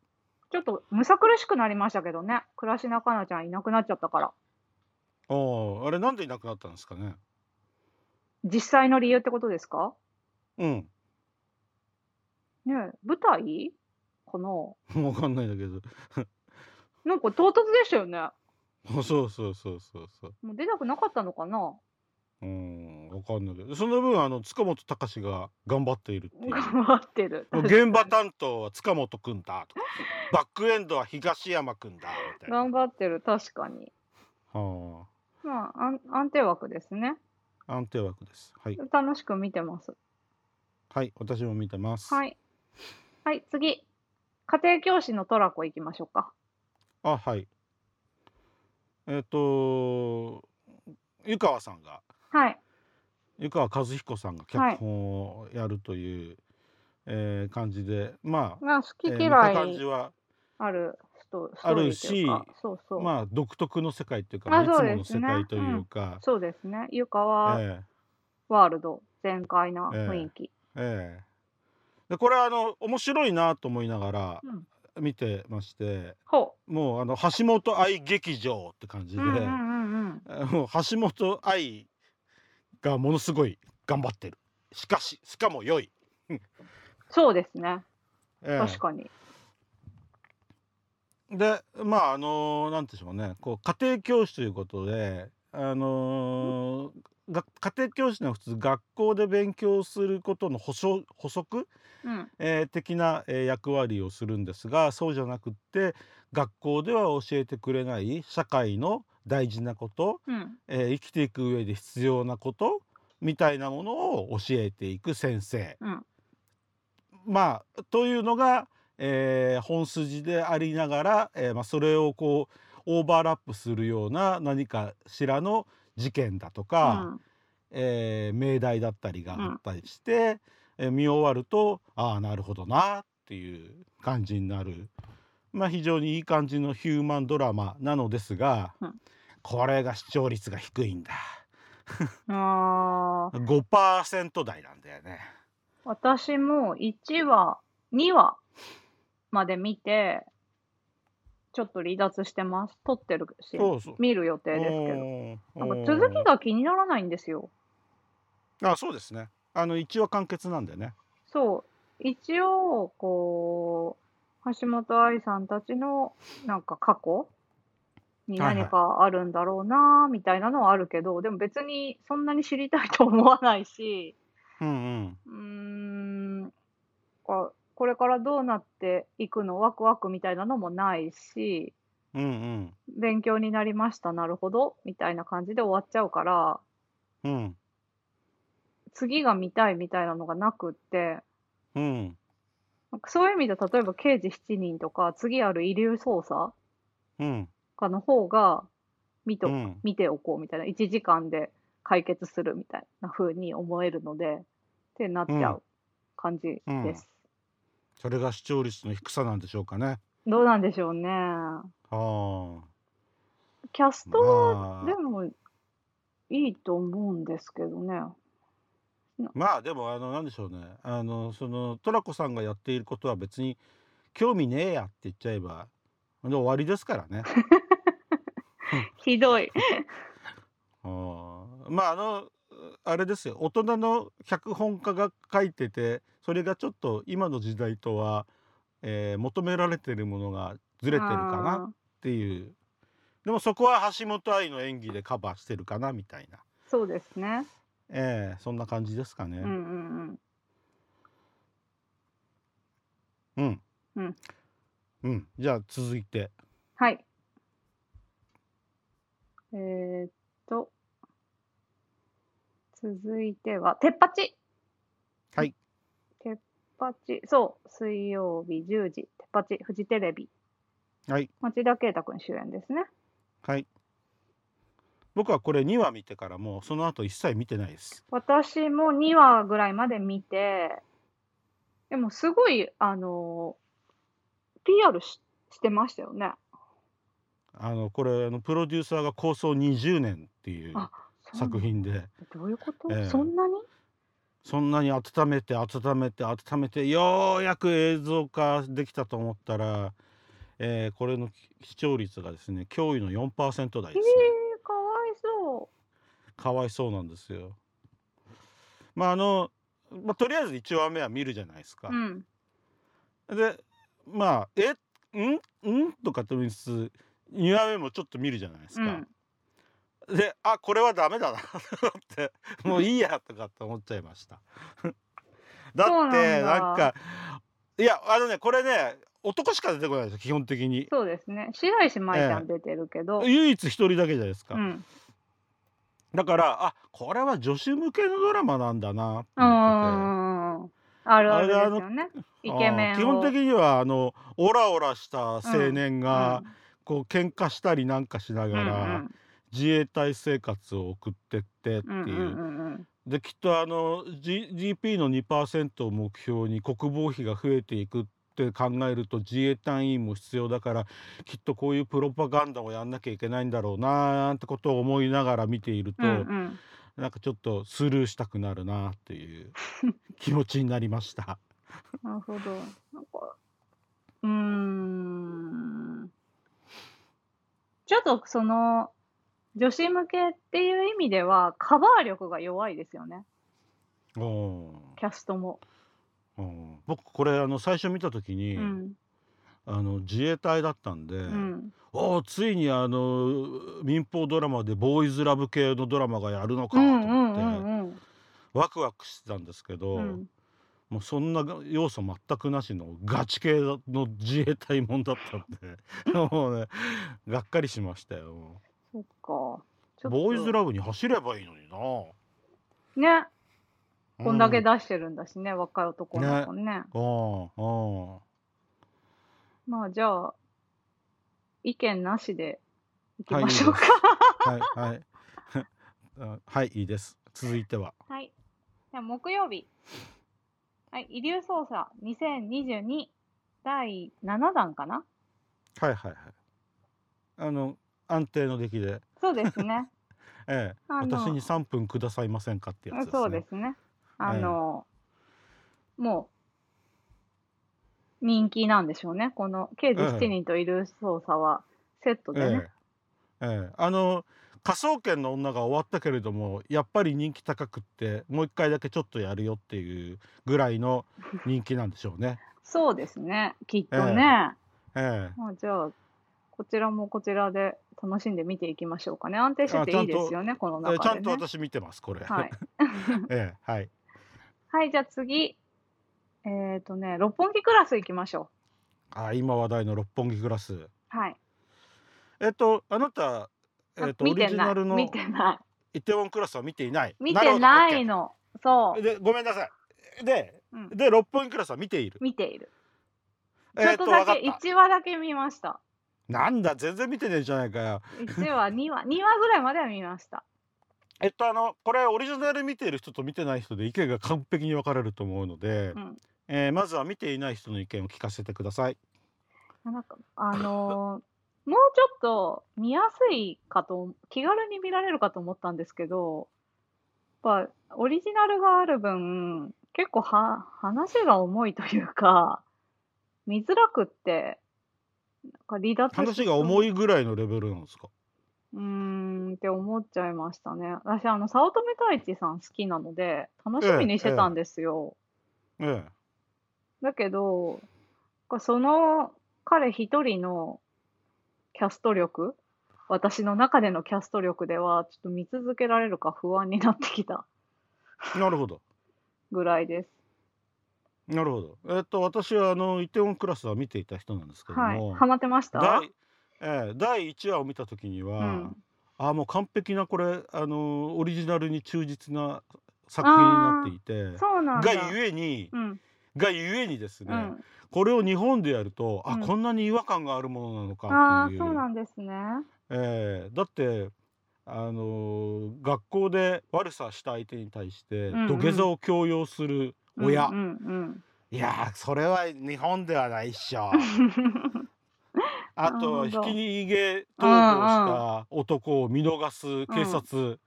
Speaker 4: ちょっとむさ苦しくなりましたけどね。倉科かなちゃんいなくなっちゃったから。
Speaker 3: おお、あれなんでいなくなったんですかね。
Speaker 4: 実際の理由ってことですか
Speaker 3: うん、
Speaker 4: ねえ舞台かかな
Speaker 3: もうわかんないんだけど。
Speaker 4: なんか唐突でしたよね。
Speaker 3: そうそうそうそうそう。
Speaker 4: もう出たくなかったのかな
Speaker 3: うん、わかんないけど、その分あの塚本隆が頑張っているっていう。
Speaker 4: 頑張ってる。
Speaker 3: もう 現場担当は塚本くんだとか、バックエンドは東山くんだみたいな。
Speaker 4: 頑張ってる、確かに。
Speaker 3: は
Speaker 4: まあ、安安定枠ですね。
Speaker 3: あ、安定枠です。はい、
Speaker 4: 楽しく見てます。
Speaker 3: はい、私も見てます。
Speaker 4: はい。はい、次。家庭教師のトラコ行きましょうか。
Speaker 3: あ、はい。えっ、と湯川さんが
Speaker 4: はい。
Speaker 3: 湯川和彦さんが脚本をやるという、えー感じで、まあ、
Speaker 4: まあ、好き
Speaker 3: えー
Speaker 4: 嫌い
Speaker 3: 見た感じはあ
Speaker 4: ある人、スト
Speaker 3: あ
Speaker 4: ーリ
Speaker 3: る
Speaker 4: ーというか
Speaker 3: し
Speaker 4: そうそう。
Speaker 3: まあ独特の世界というか、
Speaker 4: あ
Speaker 3: いつ
Speaker 4: そ
Speaker 3: も
Speaker 4: う
Speaker 3: の
Speaker 4: です
Speaker 3: 世
Speaker 4: ね
Speaker 3: 界というか、
Speaker 4: そうですね。湯川
Speaker 3: ええ
Speaker 4: ワールド全開な雰囲気。
Speaker 3: ええでこれあの面白いなと思いながら
Speaker 4: うん
Speaker 3: 見てまして、
Speaker 4: ほ
Speaker 3: もうあの橋本愛劇場って感じ
Speaker 4: う。
Speaker 3: で、
Speaker 4: うんうんうんうん。
Speaker 3: あの橋本愛がものすごい頑張ってるしかししかも良い、
Speaker 4: そうですね。
Speaker 3: ええ
Speaker 4: 確かに。
Speaker 3: でまああのなんていうんでしょうねこう家庭教師ということであのーが家庭教師の普通学校で勉強することの補足補足、
Speaker 4: うん。
Speaker 3: えー的な、えー役割をするんですがそうじゃなくって学校では教えてくれない社会の大事なこと、
Speaker 4: うん。
Speaker 3: えー生きていく上で必要なことみたいなものを教えていく先生。
Speaker 4: うん
Speaker 3: まあ、というのが、えー本筋でありながら、えーまあ、それをこうオーバーラップするような何かしらの事件だとか、
Speaker 4: うん
Speaker 3: えー命題だったりがあったりして、えー見終わるとああなるほどなっていう感じになる、まあ、非常にいい感じのヒューマンドラマなのですが、
Speaker 4: うん
Speaker 3: これが視聴率が低いんだ
Speaker 4: あー
Speaker 3: 5%台なんだよね。
Speaker 4: 私も1話、2話まで見て、ちょっと離脱してます。撮ってるし、
Speaker 3: そうそう
Speaker 4: 見る予定ですけど。なんか続きが気にならないんですよ。
Speaker 3: があそうですねあの一応完結なんでね。
Speaker 4: そう。一応、こう、橋本愛さんたちの、なんか過去に
Speaker 3: はいはい
Speaker 4: 何かあるんだろうな、みたいなのはあるけど、でも別にそんなに知りたいと思わないし、
Speaker 3: うんうん
Speaker 4: うーん、ここれからどうなっていくの、ワクワクみたいなのもないし、
Speaker 3: うんうん
Speaker 4: 勉強になりました、なるほど、みたいな感じで終わっちゃうから、
Speaker 3: うん
Speaker 4: 次が見たいみたいなのがなくって、
Speaker 3: うん
Speaker 4: なんかそういう意味で例えば「刑事7人」とか次ある「遺留捜査
Speaker 3: うん」
Speaker 4: かの方が見と、
Speaker 3: うん
Speaker 4: 見ておこうみたいな1時間で解決するみたいな風に思えるのでってなっちゃう感じです。
Speaker 3: それが視聴率の低さなんでしょうかね。
Speaker 4: どうなんでしょうね。
Speaker 3: はあ。
Speaker 4: キャストは
Speaker 3: まあ
Speaker 4: でもいいと思うんですけどね。
Speaker 3: まあでもあのなんでしょうねあのそのトラコさんがやっていることは別に興味ねえやって言っちゃえばで終わりですか らね。
Speaker 4: ひどい。
Speaker 3: あーまああのあれですよ大人の脚本家が書いててそれがちょっと今の時代とは、えー求められてるものがずれてるかな
Speaker 4: あー
Speaker 3: っていうでもそこは橋本愛の演技でカバーしてるかなみたいな、
Speaker 4: そうですね。
Speaker 3: えーそんな感じですかね。
Speaker 4: うんうんうん。
Speaker 3: うん。
Speaker 4: うん。
Speaker 3: うん。じゃあ続いて。
Speaker 4: はい。えー、っと、続いては、てっぱち
Speaker 3: はい。
Speaker 4: てっぱち、そう、水曜日10時、てっぱち、フジテレビ、
Speaker 3: はい。
Speaker 4: 町田啓太君主演ですね。
Speaker 3: はい。僕はこれ2話見てからもうその後一切見てないです。
Speaker 4: 私も2話ぐらいまで見て、でもすごい、あのー、PR ししてましたよね。
Speaker 3: あのこれあのプロデューサーが構想20年っていう
Speaker 4: あそう
Speaker 3: 作品で
Speaker 4: どういうこと、
Speaker 3: ええ
Speaker 4: そんなに
Speaker 3: そんなに温めて温めて温めてようやく映像化できたと思ったら、えーこれの視聴率がですね驚異の4%台
Speaker 4: ええ
Speaker 3: ですね。
Speaker 4: かわいそ
Speaker 3: かわいそうなんですよ。まああの、まあ、とりあえず1話目は見るじゃないですか
Speaker 4: う。。うん。
Speaker 3: でまあ「えんん?」とかと言いつつ2話目もちょっと見るじゃないです
Speaker 4: う
Speaker 3: か。
Speaker 4: ん。
Speaker 3: であこれはダメだなって もういいやとかって思っちゃいました だ
Speaker 4: そうな
Speaker 3: っ
Speaker 4: ん
Speaker 3: て
Speaker 4: だ
Speaker 3: なんかいやあのねこれね男しか出てこないですよ基本的に
Speaker 4: そうですね。白石麻衣ちゃ
Speaker 3: ええ
Speaker 4: ん出てるけど、
Speaker 3: 唯一一人だけじゃないですか、
Speaker 4: うん。
Speaker 3: だからあこれは女子向けのドラマなんだなって
Speaker 4: う
Speaker 3: 思って
Speaker 4: ん
Speaker 3: て
Speaker 4: うん。あるあるですよね。イケメン
Speaker 3: あ
Speaker 4: を。
Speaker 3: ー基本的にはあのオラオラした青年が、
Speaker 4: うん
Speaker 3: こう喧嘩したりなんかしながら、
Speaker 4: うん
Speaker 3: 自衛隊生活を送ってってっていうう。
Speaker 4: んうんうんうんうん
Speaker 3: できっとあの、G、GP の2%を目標に国防費が増えていくって考えると自衛隊員も必要だからきっとこういうプロパガンダをやんなきゃいけないんだろうなーってことを思いながら見ていると、
Speaker 4: うんうん
Speaker 3: なんかちょっとスルーしたくなるなっ ていう気持ちになりました。
Speaker 4: なるほど。なんか、うーん。ちょっとその、女子向けっていう意味では、カバー力が弱いですよね、
Speaker 3: うん
Speaker 4: キャストも。
Speaker 3: うん僕これあの最初見た時に、
Speaker 4: うん。
Speaker 3: あの自衛隊だったんで、
Speaker 4: うん。
Speaker 3: おーついにあの民放ドラマでボーイズラブ系のドラマがやるのか
Speaker 4: う
Speaker 3: と
Speaker 4: んう
Speaker 3: 思
Speaker 4: ん
Speaker 3: っ
Speaker 4: う
Speaker 3: て、
Speaker 4: んうん
Speaker 3: ワクワクしてたんですけど、
Speaker 4: うん。
Speaker 3: もうそんな要素全くなしのガチ系の自衛隊もんだったんで もうねがっかりしましたよ
Speaker 4: そっか。ちょっと
Speaker 3: ボーイズラブに走ればいいのにな
Speaker 4: ね、
Speaker 3: うん
Speaker 4: こんだけ出してるんだしね、若い男の子ね。
Speaker 3: うんうん
Speaker 4: まあじゃあ、意見なしでいき
Speaker 3: はいいい
Speaker 4: ま
Speaker 3: です
Speaker 4: しょうか。
Speaker 3: はいはい あはいいいです続いては
Speaker 4: はい。じゃあ、木曜日。はい。遺留捜査2022第7弾かな
Speaker 3: はいはいはいあの安定の出来で、
Speaker 4: そうです ね。
Speaker 3: ええ、
Speaker 4: あの
Speaker 3: 私に3分くださいませんかってやつですね
Speaker 4: そうですね。あの、もう、人気なんでしょうね。この、刑事7人と遺留捜査はセットでね。
Speaker 3: ええええ、あの科捜研の女が終わったけれどもやっぱり人気高くってもう一回だけちょっとやるよっていうぐらいの人気なんでしょうね。
Speaker 4: そうですね。きっとね。
Speaker 3: えええ え
Speaker 4: まあじゃあ、こちらもこちらで楽しんで見ていきましょうかね。安定してていいですよね、この
Speaker 3: ええちゃ
Speaker 4: 中で、
Speaker 3: んと
Speaker 4: ね。
Speaker 3: 私見てますこれ。
Speaker 4: はい。
Speaker 3: ええはい
Speaker 4: はい、じゃあ次。えっ、とね、六本木クラス行きましょ
Speaker 3: あ今話題の六本木クラス。
Speaker 4: う。はい。
Speaker 3: えっとあなたえ
Speaker 4: あ
Speaker 3: っとオ
Speaker 4: 見
Speaker 3: リ
Speaker 4: て
Speaker 3: ジ
Speaker 4: な
Speaker 3: ナ
Speaker 4: い。
Speaker 3: ルの
Speaker 4: 見てない。
Speaker 3: イテウォンクラスは見ていない。
Speaker 4: 見てない
Speaker 3: る
Speaker 4: の。
Speaker 3: ほ
Speaker 4: そ
Speaker 3: ど OK でごめんなさい。で
Speaker 4: う。うん、
Speaker 3: で六本木クラスは見ている。
Speaker 4: 見ている。ちょ
Speaker 3: え
Speaker 4: っ
Speaker 3: っと
Speaker 4: と
Speaker 3: わ
Speaker 4: だ
Speaker 3: かっ
Speaker 4: け、
Speaker 3: た。
Speaker 4: 一話だけ見ました。
Speaker 3: なんだ全然見てねえじゃないかよ。
Speaker 4: 一話、二話、二話ぐらいまでは見ました。
Speaker 3: えっとあのこれオリジナル見ている人と見てない人で意見が完璧に分かれると思うので、
Speaker 4: うん
Speaker 3: えーまずは見ていない人の意見を聞かせてください。
Speaker 4: なんか、あのーもうちょっと見やすいかと、気軽に見られるかと思ったんですけど、やっぱ、オリジナルがある分、結構は、話が重いというか、見づらくって、なんか離脱し
Speaker 3: 話が
Speaker 4: そう
Speaker 3: 重いぐらいのレベルなんですか。
Speaker 4: うーんって思っちゃいましたね。私、あの、早乙女太一さん好きなので、楽しみにしてたんですよ。
Speaker 3: ええ
Speaker 4: だけど、その彼一人のキャスト力、私の中でのキャスト力では、ちょっと見続けられるか不安になってきた
Speaker 3: なるほど。
Speaker 4: ぐらいです。
Speaker 3: なるほど。えっと私はあのイテウォンクラスは見ていた人なんですけど
Speaker 4: はい
Speaker 3: も、。
Speaker 4: ハマってました
Speaker 3: 第ええ第一話を見た時に
Speaker 4: う
Speaker 3: は、
Speaker 4: ん。
Speaker 3: あもう完璧なこれあのオリジナルに忠実な作品になっていて、
Speaker 4: そうなんだ。
Speaker 3: がゆえに、
Speaker 4: うん。
Speaker 3: がゆえにですね。
Speaker 4: うん。
Speaker 3: これを日本でやると、
Speaker 4: うん
Speaker 3: あこんなに違和感があるものなのか
Speaker 4: あ
Speaker 3: っ
Speaker 4: あ
Speaker 3: てい
Speaker 4: ー、
Speaker 3: う
Speaker 4: そうなんですね。
Speaker 3: えーだってあのー学校で悪さした相手に対して
Speaker 4: うんうん
Speaker 3: 土下座を強要する親、
Speaker 4: うんうん
Speaker 3: いやーそれは日本ではないっ し
Speaker 4: う
Speaker 3: ょ
Speaker 4: ん。
Speaker 3: あ
Speaker 4: な
Speaker 3: と
Speaker 4: る
Speaker 3: ひ
Speaker 4: ほど
Speaker 3: き逃げ逃亡した男を見逃す警察、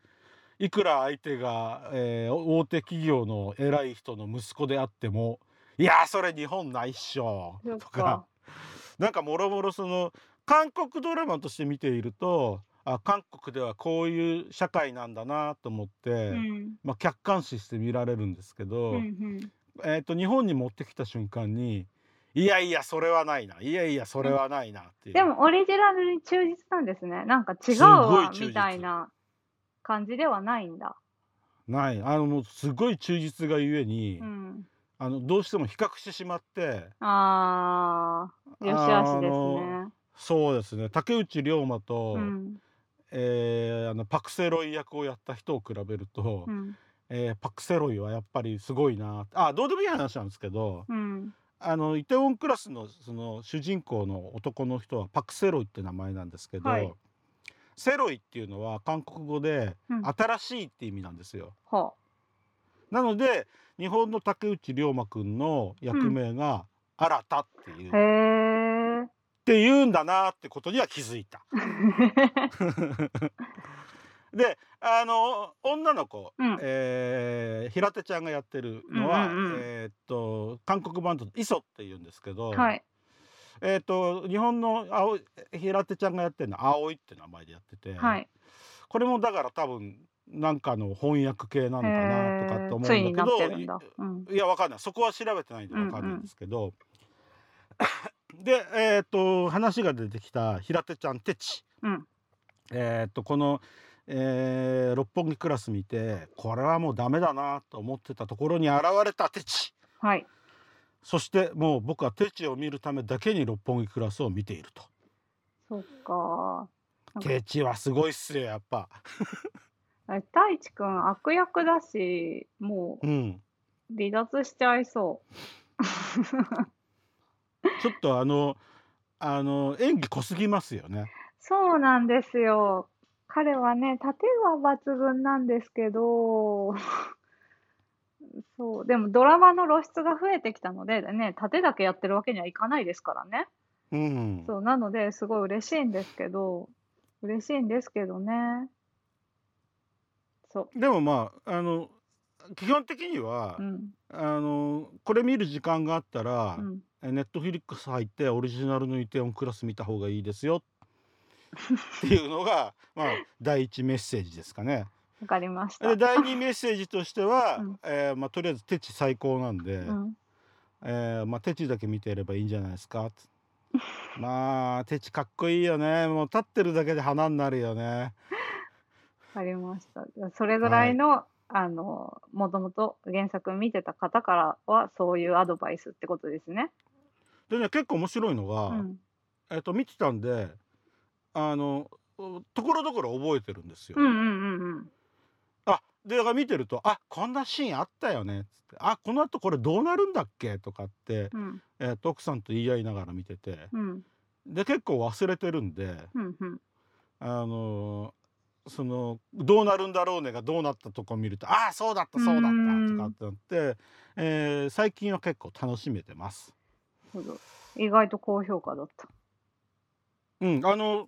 Speaker 3: いくら相手が、えー大手企業の偉い人の息子であってもいやーそれ日本ないっしょ
Speaker 4: そっ
Speaker 3: とか
Speaker 4: か。
Speaker 3: なんかもろもろその韓国ドラマとして見ているとあ韓国ではこういう社会なんだなと思って、
Speaker 4: うん。
Speaker 3: まあ、客観視して見られるんですけど、
Speaker 4: うんうん。
Speaker 3: えー、と日本に持ってきた瞬間にいやいやそれはないないやいやそれはないなっていう
Speaker 4: でもオリジナルに忠実なんですね。なんか違う
Speaker 3: すごい
Speaker 4: わ
Speaker 3: 忠実
Speaker 4: みたいな感じではないんだ。
Speaker 3: ないあのもうすごい忠実がゆえに、
Speaker 4: うん。
Speaker 3: あのどうしても比較してしまって
Speaker 4: ああ、よしあしですね。
Speaker 3: そうですね竹内涼真と、
Speaker 4: うん。
Speaker 3: えーあのパクセロイ役をやった人を比べると、
Speaker 4: うん。
Speaker 3: えーパクセロイはやっぱりすごいなあどうでもいい話なんですけど、
Speaker 4: うん。
Speaker 3: あのイテウォンクラスのその主人公の男の人はパク・セロイって名前なんですけど、
Speaker 4: はい
Speaker 3: セロイっていうのは韓国語で
Speaker 4: うん
Speaker 3: 新しいって意味なんですよ。
Speaker 4: ほ
Speaker 3: なので日本の竹内涼真くんの役名が新たっていう、
Speaker 4: う。へ
Speaker 3: っ
Speaker 4: え。
Speaker 3: ていうんだなってことには気づいた。であの女の子、
Speaker 4: うん。
Speaker 3: えー平手ちゃんがやってるのは、
Speaker 4: うんうんうん
Speaker 3: えーっと韓国バンドの「イソ」っていうんですけど。
Speaker 4: はい。
Speaker 3: えー、と日本の青い平手ちゃんがやってるのは「葵」って名前でやってて、
Speaker 4: はい。
Speaker 3: これもだから多分なんかの翻訳系なのかなとかって
Speaker 4: へー
Speaker 3: 思
Speaker 4: ついに
Speaker 3: うん
Speaker 4: な
Speaker 3: だ
Speaker 4: っ
Speaker 3: けど
Speaker 4: てるんだ。うん。
Speaker 3: いいやわかんないそこは調べてないんでわかんないんですけど、で、えー、と話が出てきた平手ちゃんてち、
Speaker 4: うん
Speaker 3: えー、とこの、えー六本木クラス見てこれはもうダメだなと思ってたところに現れたてち
Speaker 4: はい。
Speaker 3: そしてもう僕はてちを見るためだけに六本木クラスを見ていると。
Speaker 4: そっか。
Speaker 3: ケチはすごいっすよやっぱ
Speaker 4: え太一くん悪役だし、もう
Speaker 3: うん
Speaker 4: 離脱しちゃいそう。
Speaker 3: ちょっとあのあの演技濃すぎますよね
Speaker 4: そうなんですよ。彼はね、盾は抜群なんですけど、 そう、でもドラマの露出が増えてきたので、ね、盾だけやってるわけにはいかないですからね。
Speaker 3: うん
Speaker 4: そう、なので、すごい嬉しいんですけど、嬉しいんですけどね。そ
Speaker 3: でもまああの基本的には、
Speaker 4: う、うん、
Speaker 3: あのこれ見る時間があったら
Speaker 4: う、ん。
Speaker 3: ネットフィリックス入ってオリジナルのイテオンクラス見た方がいいで すよっていうのが、まあ、第一メッセージですかね。
Speaker 4: わかりました。
Speaker 3: で第二メッセージとしては、
Speaker 4: うん
Speaker 3: えーまあ、とりあえず「テチ最高なんで、
Speaker 4: うん、
Speaker 3: えーまあ、テチだけ見てればいいんじゃないですか。つまあ、テチかっこいいよね。もう立ってるだけで花になるよね。
Speaker 4: わかりました。じゃあそれぐらいの、あの、もともと原作見てた方からは、そういうアドバイスってことですね。
Speaker 3: でね、結構面白いのが、
Speaker 4: うん。
Speaker 3: えっと、見てたんで、あの、ところどころ覚えてるんですよ。
Speaker 4: うんうんうんうん。
Speaker 3: あ、で、だから見てると、あ、こんなシーンあったよね。つってあ、この後これどうなるんだっけとかって、
Speaker 4: うん
Speaker 3: えっと、奥さんと言い合いながら見てて、
Speaker 4: うん
Speaker 3: で、結構忘れてるんで、
Speaker 4: うんうん
Speaker 3: あのーそのどうなるんだろうねがどうなったとこ見るとああそうだったそうだった
Speaker 4: うーん
Speaker 3: とかってなって、えー最近は結構楽しめてます。
Speaker 4: なるほど意外と高評価だった。
Speaker 3: うん、あの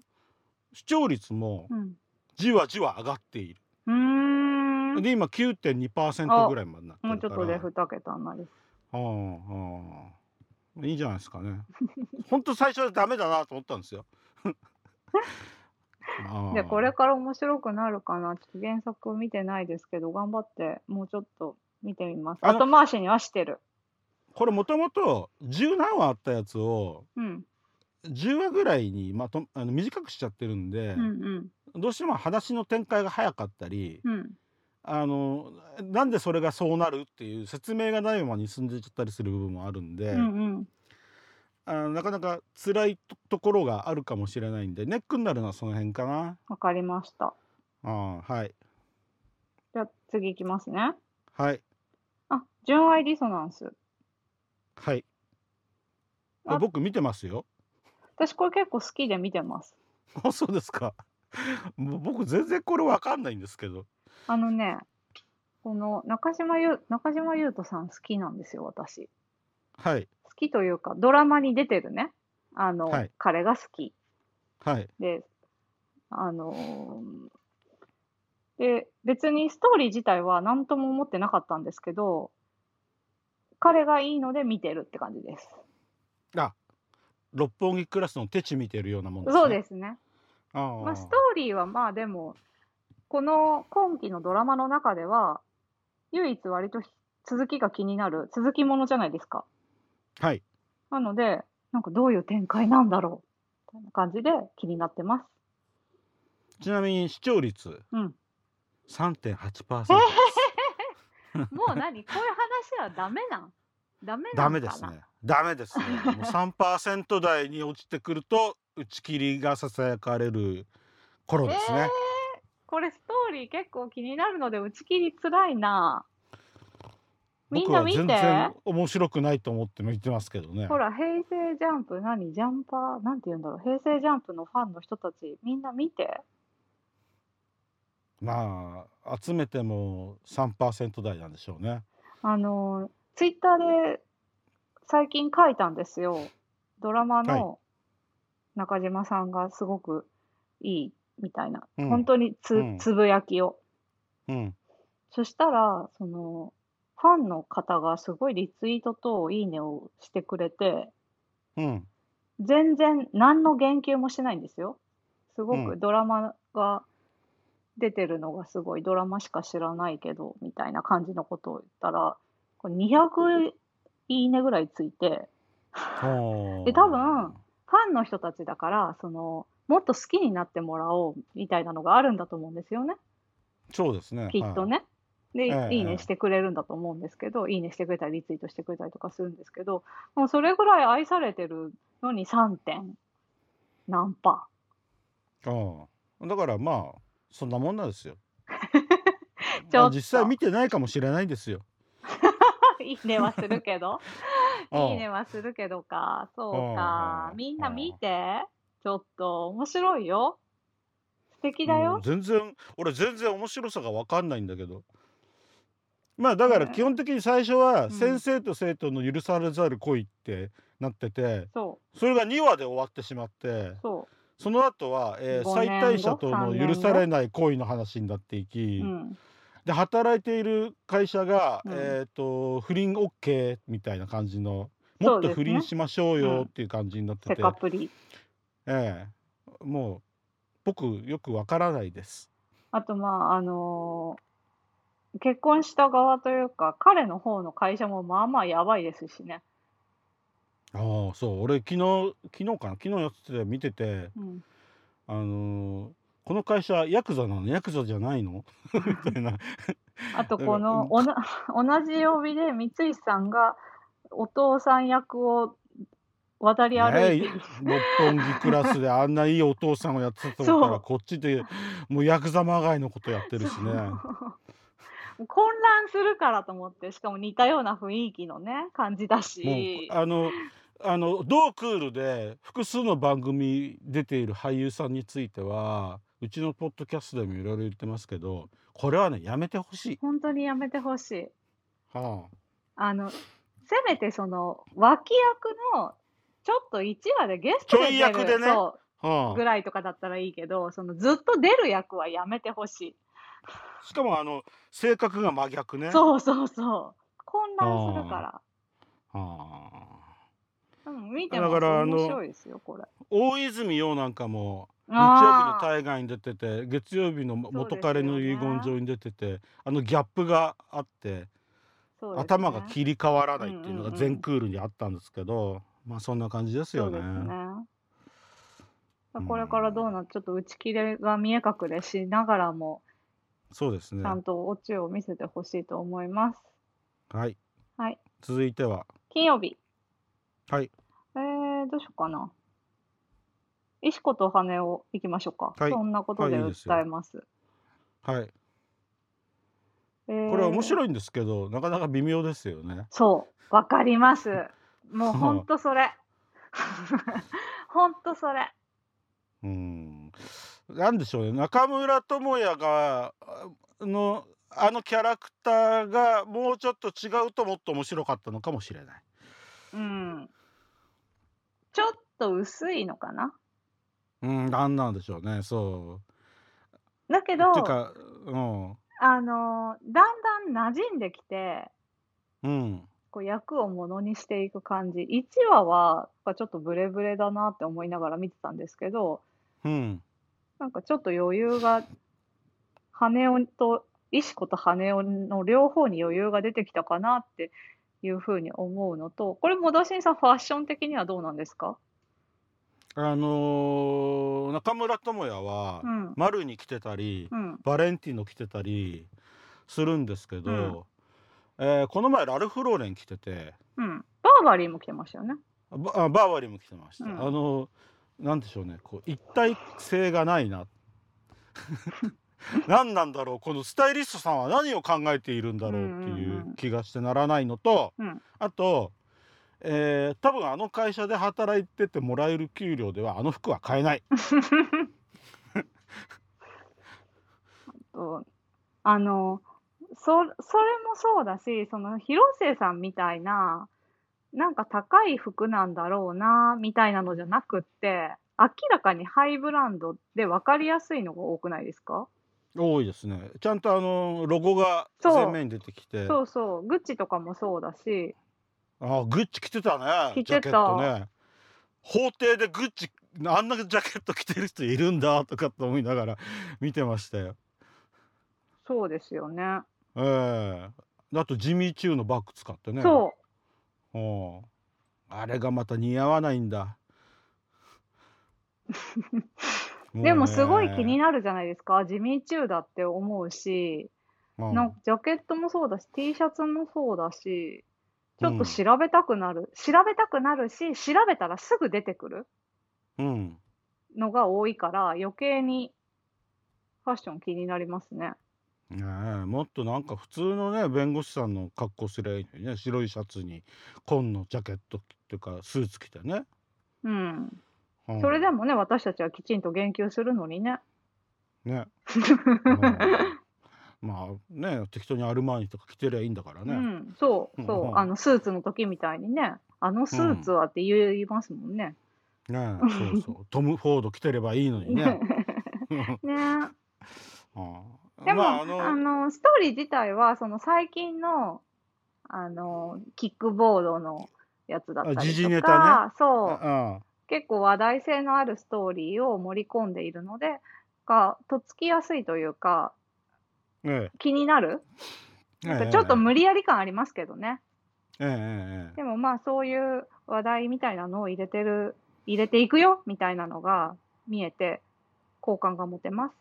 Speaker 3: 視聴率も
Speaker 4: うん。
Speaker 3: じわじわ上がっている。
Speaker 4: うーん。
Speaker 3: で今9.2%ぐらいまでなって
Speaker 4: も
Speaker 3: る
Speaker 4: うち
Speaker 3: か
Speaker 4: ょ
Speaker 3: ら。
Speaker 4: っとで二桁になり
Speaker 3: うんうんいいじゃないですか ね。本当最初はダメだなと思ったんですよ。あー
Speaker 4: で、これから面白くなるかな。ちょっと原作見てないですけど、頑張って、もうちょっと見てみます。
Speaker 3: あの
Speaker 4: 後回しにはしてる。
Speaker 3: これもともと十何話あったやつを
Speaker 4: うん。
Speaker 3: 10話ぐらいに、まあ、とあの短くしちゃってるんで
Speaker 4: う、んうん。
Speaker 3: どうしても話の展開が早かったり、
Speaker 4: うん。
Speaker 3: あのなんでそれがそうなるっていう説明がないままに進んでいっちゃったりする部分もあるんで、
Speaker 4: うんうん。
Speaker 3: あのなかなか辛いとところがあるかもしれないんでネックになるのはその辺かな。
Speaker 4: わかりました。
Speaker 3: あーはい、
Speaker 4: じゃあ次いきますね。
Speaker 3: はい、
Speaker 4: あ、純愛ディソナンス。
Speaker 3: はいこれ
Speaker 4: あ
Speaker 3: 僕見てますよ。
Speaker 4: 私これ結構好きで見てます。
Speaker 3: あそうですか。もう僕全然これわかんないんですけど。
Speaker 4: あのね、この中島優中島優斗さん好きなんですよ、私。
Speaker 3: はい
Speaker 4: 好きというか、ドラマに出てるね。あの、
Speaker 3: はい
Speaker 4: 彼が好き。
Speaker 3: はい
Speaker 4: で、あのーで、別にストーリー自体は何とも思ってなかったんですけど、彼がいいので見てるって感じです。
Speaker 3: あ六本木クラスの手地見てるようなもん
Speaker 4: そうですね。
Speaker 3: あー
Speaker 4: まあ、ストーリーはまあでも、この今期のドラマの中では、唯一割とひ続きが気になる、続きものじゃないですか。
Speaker 3: はい
Speaker 4: なので、なんかどういう展開なんだろうみたいな感じで気になってます。
Speaker 3: ちなみに視聴率
Speaker 4: うん。
Speaker 3: 3.8%です。
Speaker 4: もう何こういう話はダメなんダメな
Speaker 3: ダ
Speaker 4: ん
Speaker 3: メ
Speaker 4: かな
Speaker 3: ですね。ダメですね。もう3%台に落ちてくると打ち切りがささやかれる頃です
Speaker 4: えー
Speaker 3: ね。
Speaker 4: これストーリー結構気になるので打ち切りつらいな。みん
Speaker 3: 僕
Speaker 4: な
Speaker 3: は
Speaker 4: 見て
Speaker 3: 全然面白くないと思って見てますけどね。
Speaker 4: ほら、平成ジャンプ、何ジャンパー、なんて言うんだろう。平成ジャンプのファンの人たち、みんな見て。
Speaker 3: まあ集めても3%台なんでしょうね。
Speaker 4: あの、ツイッターで最近書いたんですよ。ドラマ
Speaker 3: は
Speaker 4: の中島さんがすごくいいみたいな。
Speaker 3: うん
Speaker 4: 本当につ,、
Speaker 3: うん
Speaker 4: つぶやきを。
Speaker 3: うん。
Speaker 4: そしたら、その、ファンの方がすごいリツイートといいねをしてくれて、
Speaker 3: うん。
Speaker 4: 全然何の言及もしないんですよ。すご
Speaker 3: う
Speaker 4: くドラマが出てるのがすごいドラマしか知らないけどみたいな感じのことを言ったらこれ200いいねぐらいついて
Speaker 3: ほう
Speaker 4: え多分ファンの人たちだからそのもっと好きになってもらおうみたいなのがあるんだと思うんですよね
Speaker 3: そうですね。
Speaker 4: きっと
Speaker 3: はい。
Speaker 4: ね。で、
Speaker 3: ええ
Speaker 4: いい
Speaker 3: ええ
Speaker 4: ねしてくれるんだと思うんですけど、いいねしてくれたり、リツイートしてくれたりとかするんですけど、もうそれぐらい愛されてるのに3点何パー。
Speaker 3: うん。だからまあそんなもんなんです
Speaker 4: 。
Speaker 3: よ
Speaker 4: ちょっと
Speaker 3: あ実際見てないかもしれないですよ。
Speaker 4: いいねはするけど。
Speaker 3: うん
Speaker 4: いいねはするけどか。そうか
Speaker 3: う。ん
Speaker 4: みんな見て。ちょっと面白いよ。素敵だ
Speaker 3: う
Speaker 4: よ
Speaker 3: ん。全然俺全然面白さが分かんないんだけどまあだから
Speaker 4: ね
Speaker 3: 基本的に最初
Speaker 4: うん
Speaker 3: は先生と生徒の許されざる恋ってなってて
Speaker 4: そ
Speaker 3: それが2話で終わってしまって
Speaker 4: う、そ
Speaker 3: その後は、えー
Speaker 4: 5
Speaker 3: 再
Speaker 4: 年後
Speaker 3: 退者との
Speaker 4: 3年後。
Speaker 3: 許されない恋の話になっていうき、
Speaker 4: うん。
Speaker 3: で働いている会社が、
Speaker 4: うん
Speaker 3: えっ、と不倫 OK みたいな感じの
Speaker 4: そ
Speaker 3: も
Speaker 4: う
Speaker 3: っ
Speaker 4: ですね
Speaker 3: と不倫しましょう
Speaker 4: うん
Speaker 3: よっていう感じになって
Speaker 4: セ
Speaker 3: て、
Speaker 4: カプリ。
Speaker 3: ええもう僕よくわからないです。
Speaker 4: あと、まあ、あのー結婚した側というか、彼の方の会社もまあまあやばいですしね。
Speaker 3: ああそう俺昨日昨日かな昨日やってて見てて
Speaker 4: うん。
Speaker 3: あのーこの会社ヤクザなのヤクザじゃないの みたいな
Speaker 4: あと、
Speaker 3: だから
Speaker 4: この、おな 同じ曜日で三井さんがお父さん役を渡り歩いて
Speaker 3: ねえ六本木クラスであんないいお父さんをやってたと思った
Speaker 4: そう
Speaker 3: らこっちでもうヤクザまがいのことやってるしね
Speaker 4: そう 混乱するからと思ってしかも似たような雰囲気のね感じだ
Speaker 3: もう
Speaker 4: し
Speaker 3: あのあの同クールで複数の番組出ている俳優さんについてはうちのポッドキャストでもいろいろ言ってますけどこれはねやめてほしい。
Speaker 4: 本当にやめてほしい
Speaker 3: はあ
Speaker 4: あのせめてその脇役のちょっと1話でゲストで
Speaker 3: ちょい
Speaker 4: 出
Speaker 3: 役
Speaker 4: る
Speaker 3: でね
Speaker 4: そ
Speaker 3: は
Speaker 4: う
Speaker 3: あ
Speaker 4: ぐらいとかだったらいいけどそのずっと出る役はやめてほし
Speaker 3: しかもあの性格が真逆
Speaker 4: い
Speaker 3: ね。
Speaker 4: そうそうそう混乱するから、
Speaker 3: ああ
Speaker 4: うん、見ても
Speaker 3: だからあの
Speaker 4: 面白いですよこれ
Speaker 3: 大泉洋なんかも日曜日の
Speaker 4: ああ
Speaker 3: 大河に出てて月曜日の元彼
Speaker 4: そ
Speaker 3: の
Speaker 4: うです
Speaker 3: 遺
Speaker 4: よね
Speaker 3: 言状に出ててあのギャップがあって、
Speaker 4: そうですね
Speaker 3: 頭が切り替わらないってい
Speaker 4: う
Speaker 3: うの
Speaker 4: んうんう
Speaker 3: が
Speaker 4: ん
Speaker 3: 全クールにあったんですけど、まあそんな感じです
Speaker 4: そ
Speaker 3: よ
Speaker 4: うで
Speaker 3: ね。
Speaker 4: すね。これからどうなちょっと打ち切れが見え隠れしながらも、
Speaker 3: そうですね
Speaker 4: ちゃんとオチを見せてほしいと思います。
Speaker 3: はい、
Speaker 4: はい
Speaker 3: 続いては
Speaker 4: 金曜日。
Speaker 3: はい
Speaker 4: えー、どうしようかな。石子と羽を行きましょうか。
Speaker 3: はい
Speaker 4: そんなことで
Speaker 3: はいいいですよ
Speaker 4: 訴えます。
Speaker 3: はい
Speaker 4: えー
Speaker 3: これは面白いんですけどなかなか微妙ですよね。
Speaker 4: そう、わかります。もう
Speaker 3: そう
Speaker 4: ほんとそれ。 ほんとそれ。
Speaker 3: うんなんでしょうね中村智也があのあのキャラクターがもうちょっと違うともっと面白かったのかもしれない。
Speaker 4: うん。ちょっと薄いのかな。
Speaker 3: うん、なんなんでしょうね。そ
Speaker 4: だけ
Speaker 3: う。
Speaker 4: ど、
Speaker 3: てか、うん、
Speaker 4: あのーだんだん馴染んできて
Speaker 3: うん、
Speaker 4: こう役をものにしていく感じ1話はなんかちょっとブレブレだなって思いながら見てたんですけど
Speaker 3: うん、
Speaker 4: なんかちょっと余裕が羽男と石子と羽男の両方に余裕が出てきたかなっていうふうに思うのと、これ、もだしんさん、ファッション的にはどうなんですか
Speaker 3: あのー中村智也は
Speaker 4: うん。
Speaker 3: マルに来てたり、
Speaker 4: うん。
Speaker 3: バレンティーノ着てたりするんですけど、
Speaker 4: うん
Speaker 3: えーこの前ラルフ・ローレン着てて
Speaker 4: うん。バーバリーも来てましたよね。
Speaker 3: バあバーバリーも着てました、
Speaker 4: うん
Speaker 3: あのなんでしょうねこう一体性がない な何なんだろうこのスタイリストさんは何を考えているんだろうってい
Speaker 4: んうんう
Speaker 3: うんう気がしてならないのと、
Speaker 4: うん
Speaker 3: あと、えー多分あの会社で働いててもらえる給料ではあの服は買えない。
Speaker 4: とあのそそれもそうだしその広末さんみたいななんか高い服なんだろうなみたいなのじゃなくって明らかにハイブランドで分かりやすいのが多くないですか
Speaker 3: 多いですねちゃんとあのロゴが
Speaker 4: そう
Speaker 3: 前面に出てきて
Speaker 4: そうそうグッチとかもそうだし
Speaker 3: あグッチ着てたね
Speaker 4: 着
Speaker 3: ジャ
Speaker 4: てた
Speaker 3: ケットね法廷でグッチあんなジャケット着てる人いるんだとかと思いながら 見てましたよ
Speaker 4: そうですよね
Speaker 3: ええあとジミー・チューのバッグ使ってね、
Speaker 4: そう
Speaker 3: ん、あれがまた似合わないんだ
Speaker 4: うでもすごい気に
Speaker 3: な
Speaker 4: なるじゃないですか地味中だって思うし
Speaker 3: る
Speaker 4: なんかジャケットもそうだし、T シャツもそうだし、ちょっと調べたくなる、調べたくなるし、調べたらすぐ出てくる
Speaker 3: うん
Speaker 4: のが多いから、余計にファッション気になりますね。
Speaker 3: ねえもっとなんか普通のね弁護士さんの格好すりゃいいのにね白いシャツに紺のジャケットっていうかスーツ着てね、
Speaker 4: うん。
Speaker 3: うん
Speaker 4: それでもね、私たちはきちんと言及するのにね。
Speaker 3: ね、うんまあね適当にアルマーニとか着てりゃいいんだから
Speaker 4: う
Speaker 3: ね、
Speaker 4: ん、そう、
Speaker 3: う
Speaker 4: そ
Speaker 3: ん
Speaker 4: う、あの、スーツの時みたいにね、あのスーツはって言いますもんね。
Speaker 3: ねえそ うそうトム・フォード着てればいいのにね
Speaker 4: ね ね
Speaker 3: うん
Speaker 4: でも、
Speaker 3: まあ
Speaker 4: あ
Speaker 3: あ
Speaker 4: の
Speaker 3: の
Speaker 4: ストーリー自体はその最近のあのキックボードのやつだったりと
Speaker 3: あ
Speaker 4: か
Speaker 3: 時事ネタ
Speaker 4: そう
Speaker 3: あ
Speaker 4: 結構話題性のあるストーリーを盛り込んでいるのでがとっつきやすいというか
Speaker 3: うんえ
Speaker 4: 気になる
Speaker 3: え
Speaker 4: なん
Speaker 3: え
Speaker 4: か
Speaker 3: え
Speaker 4: ちょっと無理やり感ありますけどね、
Speaker 3: えええええ
Speaker 4: でもまあそういう話題みたいなのを入れてる入れていくよみたいなのが見えて好感が持てます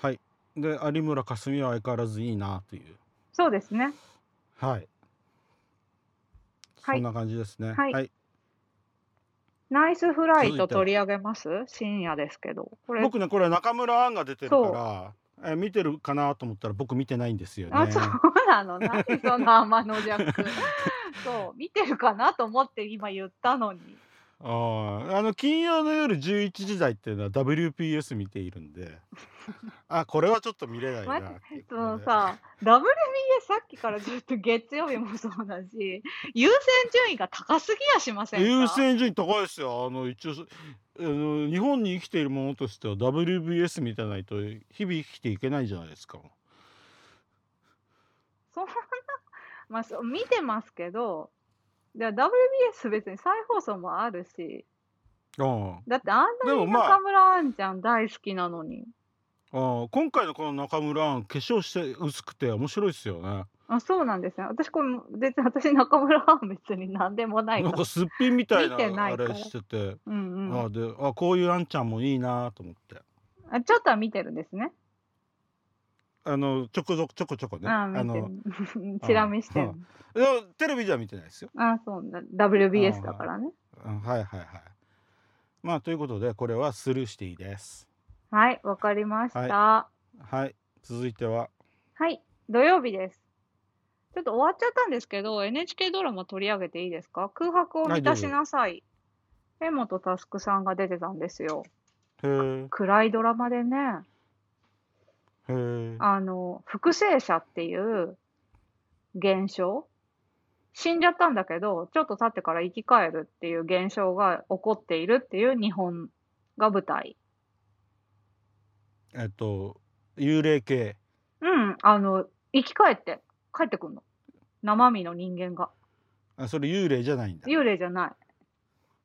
Speaker 3: はいで有村架純は相変わらずいいなという
Speaker 4: そうですね
Speaker 3: はい、
Speaker 4: はい
Speaker 3: そんな感じですね
Speaker 4: はい
Speaker 3: はい
Speaker 4: ナイスフライ
Speaker 3: 続い
Speaker 4: ト
Speaker 3: ては
Speaker 4: 取り上げます深夜ですけど。これ、
Speaker 3: 僕ねこれ中村アンが出てるから、え見てるかなと思ったら僕見てないんですよね。
Speaker 4: あ、そうなの。 何その天の弱。そう、見てるかなと思って今言ったのに。
Speaker 3: あーあの金曜の夜11時台っていうのは WPS 見ているん であこれはちょっと見れないな
Speaker 4: 待
Speaker 3: っていう
Speaker 4: そ
Speaker 3: こと
Speaker 4: の
Speaker 3: で
Speaker 4: さ、WBA さっきからずっと月曜日もそうだし、優先順位が高すぎやしませんか
Speaker 3: 優先順位高いですよあの一応あの日本に生きているものとしては WBS 見てないと日々生きていけないじゃないですか。
Speaker 4: そんな、まあそう、見てますけど、で WBS 別に再放送もあるし、
Speaker 3: あ
Speaker 4: だってあんな
Speaker 3: で
Speaker 4: に
Speaker 3: もまあ
Speaker 4: 中村あんちゃん大好きなのに。
Speaker 3: あー今回のこの中村アン化粧して薄くて面白いですよね。
Speaker 4: あ、そうなんですね。私、これ、別に私、中村は別に何でもない
Speaker 3: な
Speaker 4: か
Speaker 3: ん
Speaker 4: ら
Speaker 3: か。すっぴんみたい
Speaker 4: 見
Speaker 3: な
Speaker 4: てない
Speaker 3: あ
Speaker 4: から
Speaker 3: れしてて、
Speaker 4: うんうん。
Speaker 3: あであこういうアンちゃんもいいなと思って
Speaker 4: あ、ちょっとは見てるんですね。
Speaker 3: あのちょこちょこちょこちょこね
Speaker 4: あ、見て
Speaker 3: の
Speaker 4: る。 チラ見してる。
Speaker 3: いやテレビでは見てないですよ。
Speaker 4: あ、そうな。WBS だからね。
Speaker 3: うんはいはいはい。まあということでこれはスルーしていいです。
Speaker 4: はい、わかりました。は、
Speaker 3: ははい続いてはい
Speaker 4: 土曜日です。ちょっと終わっちゃったんですけど、NHK ドラマ取り上げていいですか空白を満たしなさい。江本佑さんが出てたんですよ。
Speaker 3: へー
Speaker 4: 暗いドラマでね、
Speaker 3: へー
Speaker 4: あの、複製者っていう現象、死んじゃったんだけど、ちょっと経ってから生き返るっていう現象が起こっているっていう日本が舞台。
Speaker 3: えっと幽霊系
Speaker 4: うん、あの、生き返って、帰ってくんの。生身の人間が。
Speaker 3: あそれ幽霊じゃないんだ
Speaker 4: 幽霊じゃな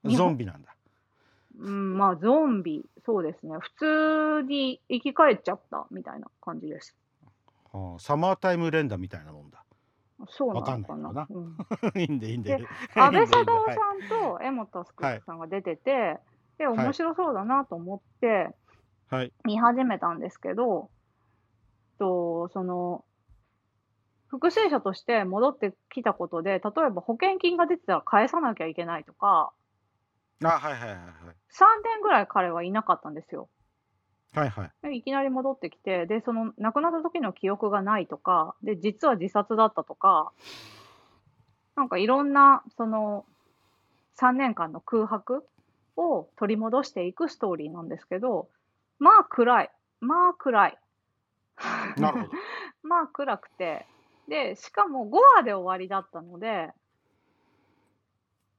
Speaker 4: い。日本
Speaker 3: ゾンビなんだ。
Speaker 4: うん、まあ、ゾンビ、そうですね。普通に生き返っちゃったみたいな感じです。
Speaker 3: あーサマータイム連打みたいなもんだ。
Speaker 4: そうなの
Speaker 3: わか
Speaker 4: か
Speaker 3: んな。
Speaker 4: ない
Speaker 3: のか
Speaker 4: うん
Speaker 3: いいんでいいんで。い
Speaker 4: で
Speaker 3: いんで
Speaker 4: 安倍佐
Speaker 3: いいん
Speaker 4: 藤
Speaker 3: で
Speaker 4: さんと柄本佑さんが出てて、で
Speaker 3: い
Speaker 4: 面白そうだなと思って
Speaker 3: はい。はい。
Speaker 4: 見始めたんですけど、とその復讐者として戻ってきたことで例えば保険金が出てたら返さなきゃいけないとか
Speaker 3: あ、はいはいはい
Speaker 4: 3年ぐらい彼はいなかったんですよ。
Speaker 3: はい。はいはい。
Speaker 4: でいきなり戻ってきてでその亡くなった時の記憶がないとかで実は自殺だったとかなんかいろんなその3年間の空白を取り戻していくストーリーなんですけどまあ暗いまあ暗い
Speaker 3: なるほど。
Speaker 4: まあ暗くてでしかも5話で終わりだったので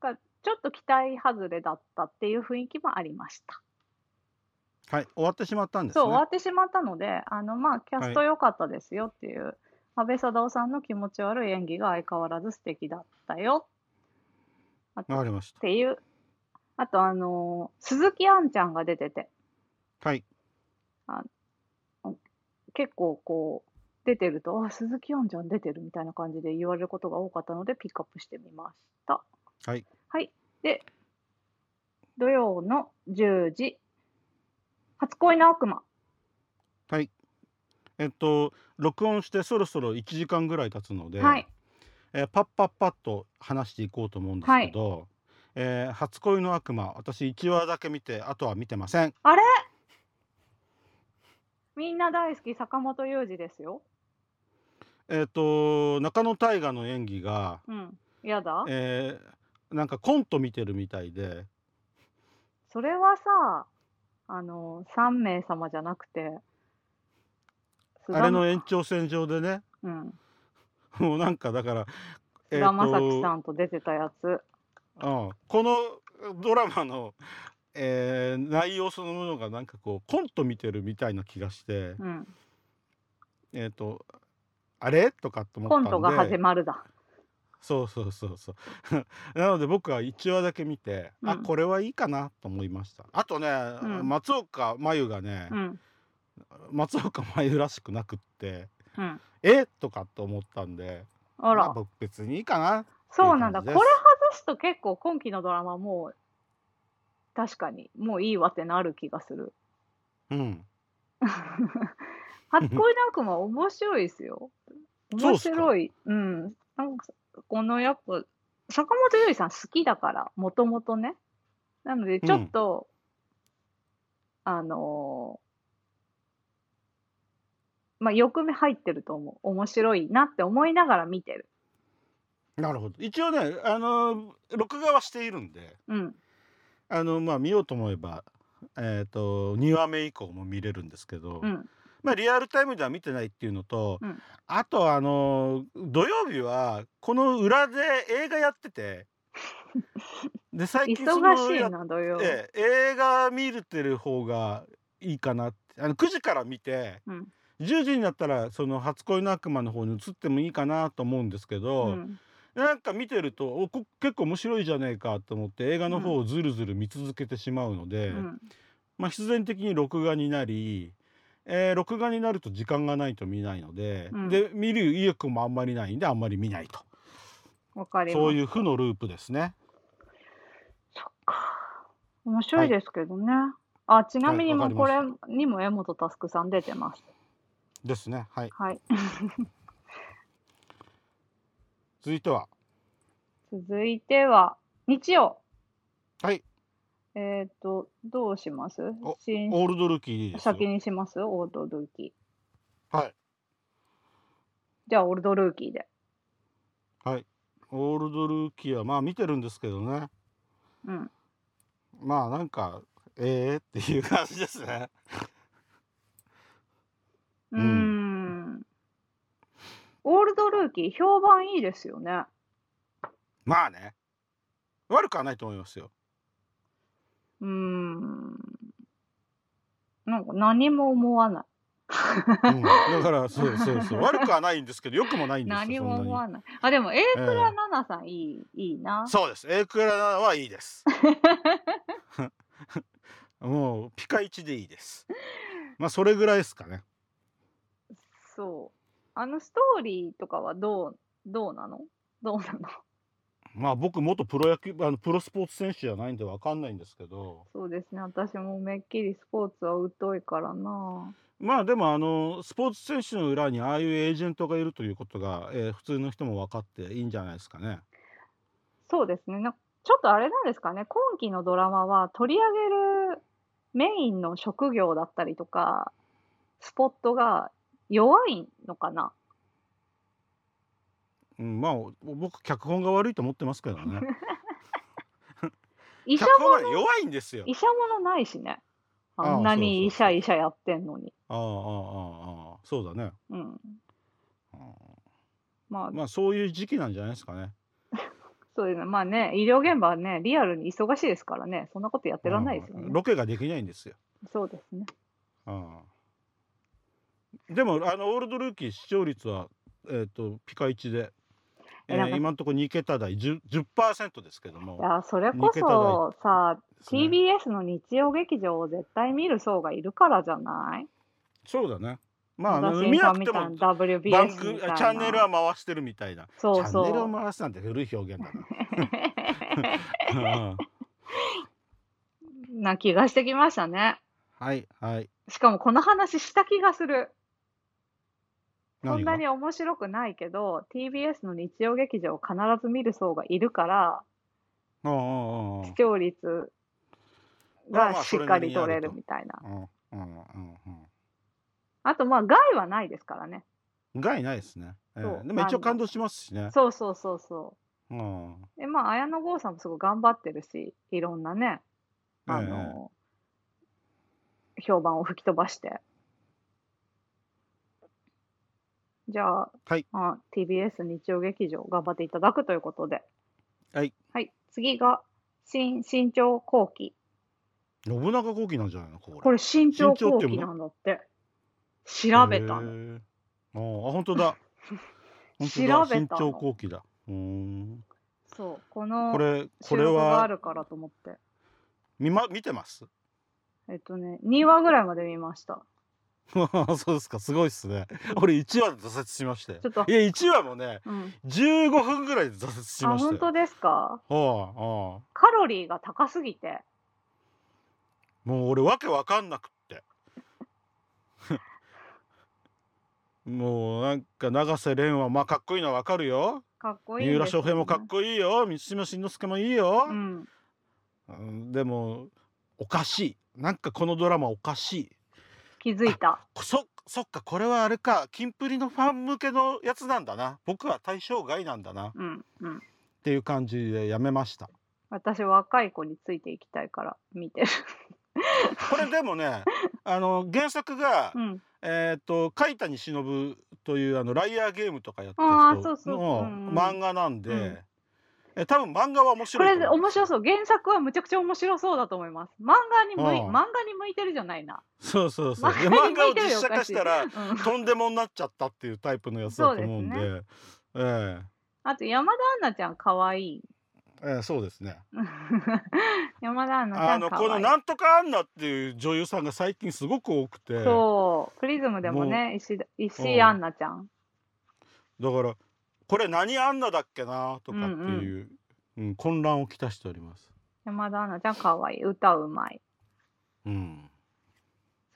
Speaker 4: がちょっと期待外れだったっていう雰囲気もありました。
Speaker 3: はい。終わってしまったんですね。
Speaker 4: そう終わってしまったのであのまあキャスト良かったですよっていう、安倍貞夫さんの気持ち悪い演技が相変わらず素敵だったよ
Speaker 3: わかりまし
Speaker 4: っていうあとあのー鈴木杏ちゃんが出てて
Speaker 3: た。はい。
Speaker 4: 結構こう出てると「あ鈴木杏ちゃん出てる」みたいな感じで言われることが多かったのでピックアップしてみました
Speaker 3: はい、
Speaker 4: はい、で土曜の10時「初恋の悪魔
Speaker 3: はい。えっと、録音してそろそろ1時間ぐらい経つの」で、
Speaker 4: はい
Speaker 3: えーパッパッパッと話していこうと思うんですけど、えー初恋の悪魔、私1話だけ見て、あとは見てません。
Speaker 4: あれみんな大好き坂本雄二ですよ。
Speaker 3: えっと、中野大河の演技が、
Speaker 4: うん。やだ。
Speaker 3: えーなんかコント見てるみたいで、
Speaker 4: それはさ、あの、3名様じゃなくて、菅
Speaker 3: あれの延長線上でね、
Speaker 4: うん。
Speaker 3: もうなんかだから、え
Speaker 4: 菅田将暉
Speaker 3: ー
Speaker 4: さんと出てたやつ。
Speaker 3: とうんこのドラマの、えー内容そのものがなんかこうコント見てるみたいな気がして、
Speaker 4: うん。
Speaker 3: えっ、とあれとかと思った
Speaker 4: コ
Speaker 3: ん
Speaker 4: ン
Speaker 3: で
Speaker 4: トが始まるだ。
Speaker 3: そうそうそうそう なので僕は1話だけ見て、あ
Speaker 4: うん
Speaker 3: これはいいかなと思いましたあとね、
Speaker 4: うん
Speaker 3: 松岡真優がね、
Speaker 4: うん。
Speaker 3: 松岡真優らしくなくって
Speaker 4: うん。
Speaker 3: えとかと思ったんで
Speaker 4: あ
Speaker 3: ま
Speaker 4: ら。
Speaker 3: 僕別にいいかな
Speaker 4: そうなんだ。
Speaker 3: いい
Speaker 4: こ
Speaker 3: 感
Speaker 4: れ
Speaker 3: じです
Speaker 4: 外すと結構今期のドラマもう、確かに、もういいわってなる気がする。
Speaker 3: うん
Speaker 4: 初恋の悪魔面白いですよ。
Speaker 3: そうっ
Speaker 4: 面
Speaker 3: すか
Speaker 4: 白い。うん。なんか、このやっぱ、坂本ゆいさん好きだから、もともとね。なので、ちょっと、あのーまあ、よく目入ってると思う。面白いなって思いながら見てる。
Speaker 3: なるほど一応ねあの録画はしているんで
Speaker 4: うん。
Speaker 3: あのまあ見ようと思えばえっ、と2話目以降も見れるんですけど、
Speaker 4: うん。
Speaker 3: まあリアルタイムでは見てないっていうのと、
Speaker 4: うん
Speaker 3: あとあの土曜日はこの裏で映画やっ ててで最近その
Speaker 4: 忙しい
Speaker 3: や
Speaker 4: な、土曜。
Speaker 3: ええ映画見れてる方がいいかなってあの9時から見て、
Speaker 4: うん
Speaker 3: 10時になったらその「初恋の悪魔」の方に移ってもいいかなと思うんですけ
Speaker 4: う
Speaker 3: ど、
Speaker 4: ん。
Speaker 3: なんか見てるとおこ結構面白いじゃねえかと思って映画の方をずるずる見続けてしまうので、
Speaker 4: うん。
Speaker 3: まあ、必然的に録画になり、えー録画になると時間がないと見ないので、
Speaker 4: うん
Speaker 3: で見る意欲もあんまりないんであんまり見ないと
Speaker 4: わかります。
Speaker 3: そういう負のループですね。
Speaker 4: そっか。面白いですけどね。あ、ちなみに
Speaker 3: はい
Speaker 4: も
Speaker 3: わ
Speaker 4: う
Speaker 3: かり
Speaker 4: こ
Speaker 3: まし
Speaker 4: れ
Speaker 3: た
Speaker 4: にも江本佑さん出てます。
Speaker 3: ですね。はい、
Speaker 4: はい。
Speaker 3: 続いては
Speaker 4: 続いては、日曜。
Speaker 3: はい。
Speaker 4: えっ、と、どうします
Speaker 3: お
Speaker 4: 新
Speaker 3: オールドルーキーですよ
Speaker 4: 先にしますオールドルーキー。
Speaker 3: はい
Speaker 4: じゃあ、オールドルーキーで。
Speaker 3: はい。オールドルーキーはまあ見てるんですけどね
Speaker 4: うん。
Speaker 3: まあなんかええっていう感じですね。
Speaker 4: うーん。オールドルーキー、評判いいですよね。
Speaker 3: まあね悪くはないと思 いますよ。
Speaker 4: うーん。なんか何も思わない。
Speaker 3: うんだからそうそうそう悪くはないんですけど良くもないんですよ
Speaker 4: 何
Speaker 3: そ
Speaker 4: も
Speaker 3: ん
Speaker 4: 思
Speaker 3: な
Speaker 4: わ
Speaker 3: に
Speaker 4: ない。あ、でも、A
Speaker 3: ええ
Speaker 4: 倉奈々さん、いい、いい な。
Speaker 3: そうです A クラはいいですもうピカイチでいいですまあそれぐらいですかね
Speaker 4: そう。あのストーリーとかはどうどうなのどう なの
Speaker 3: まあ僕元プロ野球あのプロスポーツ選手じゃないんでわかんないんですけど
Speaker 4: そうですね私もめっきりスポーツは疎いからな
Speaker 3: まあでもあのスポーツ選手の裏にああいうエージェントがいるということが、えー普通の人も分かっていいんじゃないですかね。
Speaker 4: そうですねなちょっとあれなんですかね今期のドラマは取り上げるメインの職業だったりとかスポットが弱いのかな
Speaker 3: うん、まあお僕脚本が悪いと思ってますけど ね。
Speaker 4: 医者
Speaker 3: 脚
Speaker 4: も
Speaker 3: 本が弱いんですよ。
Speaker 4: 医者ものないしねあんなに医者医者やってんのに
Speaker 3: ああああああそうだね。
Speaker 4: うん
Speaker 3: うん
Speaker 4: まあ
Speaker 3: まあそういう時期なんじゃないですかね。
Speaker 4: そうですね。まあね、医療現場はね、リアルに忙しいですからね、そんなことやってらんないですよ
Speaker 3: うん
Speaker 4: ね。
Speaker 3: ロケができないんですよ。
Speaker 4: そうですね。
Speaker 3: うん、でもあのオールドルーキー視聴率は、えー、とピカイチで、え
Speaker 4: えなん
Speaker 3: ー、
Speaker 4: か
Speaker 3: 今のところ2桁台 10%, 10%ですけども
Speaker 4: い。や、それこそさ、TBS の日曜劇場を絶対見る層がいるからじゃない
Speaker 3: そうだね。まあ、あ
Speaker 4: 野田
Speaker 3: の
Speaker 4: 伸
Speaker 3: 見な
Speaker 4: さん
Speaker 3: く
Speaker 4: み
Speaker 3: て
Speaker 4: たい
Speaker 3: も
Speaker 4: な WBS みたい
Speaker 3: 番
Speaker 4: な。
Speaker 3: 組チャンネルは回してるみたいな。
Speaker 4: そう
Speaker 3: チャ
Speaker 4: そ
Speaker 3: ンネルを
Speaker 4: う。
Speaker 3: 回すなんて古い表現だな。うん
Speaker 4: な気がしてきましたね。
Speaker 3: はいはい。
Speaker 4: しかもこの話した気がする。そん
Speaker 3: 何が
Speaker 4: なに面白くないけど、TBS の日曜劇場を必ず見る層がいるから、
Speaker 3: うんうんうんうん
Speaker 4: 視聴率
Speaker 3: まあま
Speaker 4: が
Speaker 3: あ
Speaker 4: し
Speaker 3: そ
Speaker 4: っ
Speaker 3: れ
Speaker 4: か
Speaker 3: なり
Speaker 4: り
Speaker 3: にあると
Speaker 4: 取れるみたいな。
Speaker 3: うんうんうん
Speaker 4: あとまあ害はないですからね。
Speaker 3: うん害ないですね。え
Speaker 4: そう
Speaker 3: ー、でも一応感動しますしね。
Speaker 4: そうそうそうそ
Speaker 3: うん
Speaker 4: う。でまあ綾野剛さんもすごい頑張ってるしいろんなねあの、評判を吹き飛ばして。じゃあ,、
Speaker 3: はい
Speaker 4: あ TBS 日曜劇場頑張っていただくということで。
Speaker 3: はい。
Speaker 4: はい、次が新新潮後期。
Speaker 3: 信長公記なんじゃないのこれ。
Speaker 4: これ新潮
Speaker 3: 新潮
Speaker 4: 後
Speaker 3: って読
Speaker 4: 期
Speaker 3: む
Speaker 4: な
Speaker 3: の
Speaker 4: んだって。調べたの。
Speaker 3: へーああ本 当だ。本当だ
Speaker 4: 調べたの
Speaker 3: 新潮後期だ。うーん。
Speaker 4: そう。この
Speaker 3: これこ
Speaker 4: 収
Speaker 3: れ
Speaker 4: 録があ
Speaker 3: は
Speaker 4: るからと思って。
Speaker 3: 見ま見てます。
Speaker 4: えっとね、2話ぐらいまで見ました。
Speaker 3: そうですかすごいっすね。 俺一話で挫折しましたよ
Speaker 4: ちょっと
Speaker 3: いや一話もね
Speaker 4: うん、
Speaker 3: 15分ぐらいで挫折し
Speaker 4: あ
Speaker 3: ました
Speaker 4: 本
Speaker 3: よ。
Speaker 4: 当ですか
Speaker 3: はあはあ。
Speaker 4: カロリーが高すぎて
Speaker 3: もう俺わけわかんなくって。 もうなんか永瀬廉はまあかっこいいのはわかるよ。
Speaker 4: かっこいいん
Speaker 3: 三浦
Speaker 4: ですよ
Speaker 3: 翔
Speaker 4: ね
Speaker 3: 平もかっこいいよ。三島伸之介もいいよ。
Speaker 4: うん、
Speaker 3: うんでもおかしいなんかこのドラマおかしい
Speaker 4: 気づいた
Speaker 3: そそっかこれはあれかキンプリのファン向けのやつなんだな僕は対象外なんだなっ
Speaker 4: うんうん
Speaker 3: ていう感じでやめました
Speaker 4: 私若い子についていきたいから見 てる
Speaker 3: これでもね あの原作が、
Speaker 4: うん
Speaker 3: えっ、と貝谷忍というあのライアーゲームとかやってた
Speaker 4: あーそう
Speaker 3: 人
Speaker 4: そう
Speaker 3: の
Speaker 4: うんうん
Speaker 3: 漫画なんで、
Speaker 4: うん
Speaker 3: え多分漫画は面
Speaker 4: こ
Speaker 3: 白いと
Speaker 4: れ
Speaker 3: 思う
Speaker 4: 面白そう原作はむちゃくちゃ面白そうだと思います漫画に向い
Speaker 3: ああ
Speaker 4: 漫画に向いてるじゃないな
Speaker 3: そうそうそう
Speaker 4: 漫
Speaker 3: で
Speaker 4: 画に
Speaker 3: 漫画
Speaker 4: 向
Speaker 3: を
Speaker 4: いてる
Speaker 3: 実
Speaker 4: よ
Speaker 3: 写化したら
Speaker 4: おかしいうん
Speaker 3: とんでもになっちゃったっていうタイプのやつだと思うんで
Speaker 4: そう
Speaker 3: ええ
Speaker 4: あと山田アンナちゃんかわい い
Speaker 3: ええそうですね。
Speaker 4: 山田アンナち
Speaker 3: あ
Speaker 4: ゃん
Speaker 3: の
Speaker 4: か
Speaker 3: こ
Speaker 4: わ
Speaker 3: の
Speaker 4: いい
Speaker 3: なんとかアンナっていう女優さんが最近すごく多くて、だか
Speaker 4: そうプリズムでもね石田石井アンナちゃん
Speaker 3: らこれ何アンナだっけなとかっていう、うん混乱をきたしております。
Speaker 4: 山田アンナちゃんかわいい歌うまい
Speaker 3: うん。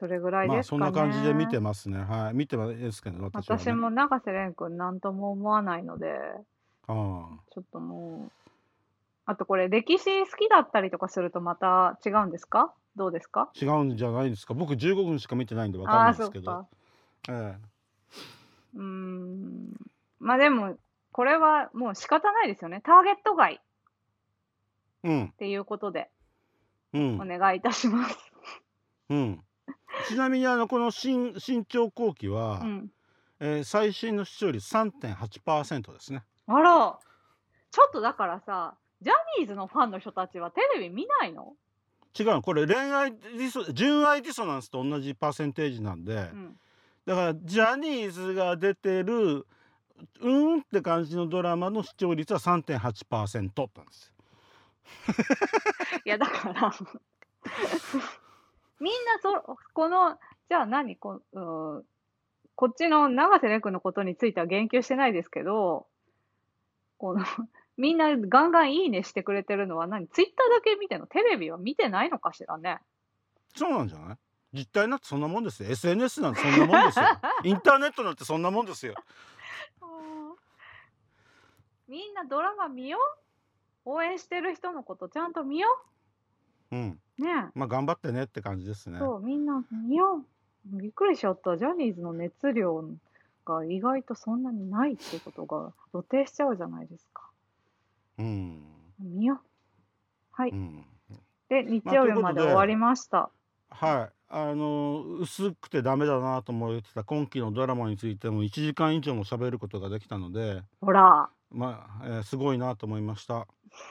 Speaker 4: それぐらい
Speaker 3: まあ
Speaker 4: です
Speaker 3: そ
Speaker 4: か
Speaker 3: ん
Speaker 4: ね、
Speaker 3: な感じで見てますね。はい、見てますけど私は、ね。
Speaker 4: 私も永瀬廉君何とも思わないのでち
Speaker 3: あ
Speaker 4: ょっともうあとこれ歴史好きだったりとかするとまた違うんですかどうですか
Speaker 3: あ、違うんじゃないですか。僕15分しか見てないんでわかん
Speaker 4: あ
Speaker 3: な
Speaker 4: あ
Speaker 3: いで
Speaker 4: そ
Speaker 3: す
Speaker 4: っ
Speaker 3: けど。
Speaker 4: か
Speaker 3: ええ
Speaker 4: うーんまあでもこれはもう仕方ないですよねターゲット外っ
Speaker 3: うん
Speaker 4: ていうことで
Speaker 3: う
Speaker 4: お
Speaker 3: ん
Speaker 4: 願いいたします、
Speaker 3: うん。ちなみにあのこの新新潮後期は、
Speaker 4: うん、
Speaker 3: えー最新の視聴率3.8%ですね。
Speaker 4: あらちょっとだからさジャニーズのファンの人たちはテレビ見ないの、
Speaker 3: 違うのこれ恋愛ディソ純愛ディソナンスと同じパーセンテージなんで、
Speaker 4: うん、
Speaker 3: だからジャニーズが出てるうーんって感じのドラマの視聴率は3.8%だったんですよ
Speaker 4: いやだから みんなそこのじゃあ何こ,、うん、こっちの永瀬廉君のことについては言及してないですけどこの みんなガンガンいいねしてくれてるのは何ツイッターだけ見てんのテレビは見てないのかしらね
Speaker 3: そうなんじゃない実態なんてそんなもんですよ SNS なんてそんなもんですよインターネットなんてそんなもんですよ
Speaker 4: みんなドラマ見よう応援してる人のことちゃんと見よ
Speaker 3: うん
Speaker 4: うね
Speaker 3: まあ頑張ってねって感じです
Speaker 4: え
Speaker 3: ね
Speaker 4: そうみんな見ようびっくりしちゃったジャニーズの熱量が意外とそんなにないってことが露呈しちゃうじゃないですか
Speaker 3: うん
Speaker 4: 見ようはい
Speaker 3: うん
Speaker 4: で日曜日まで終わりました、
Speaker 3: はいあの薄くてダメだなと思ってた今期のドラマについても1時間以上も喋ることができたので
Speaker 4: ほら
Speaker 3: まあ、えーすごいなと思いました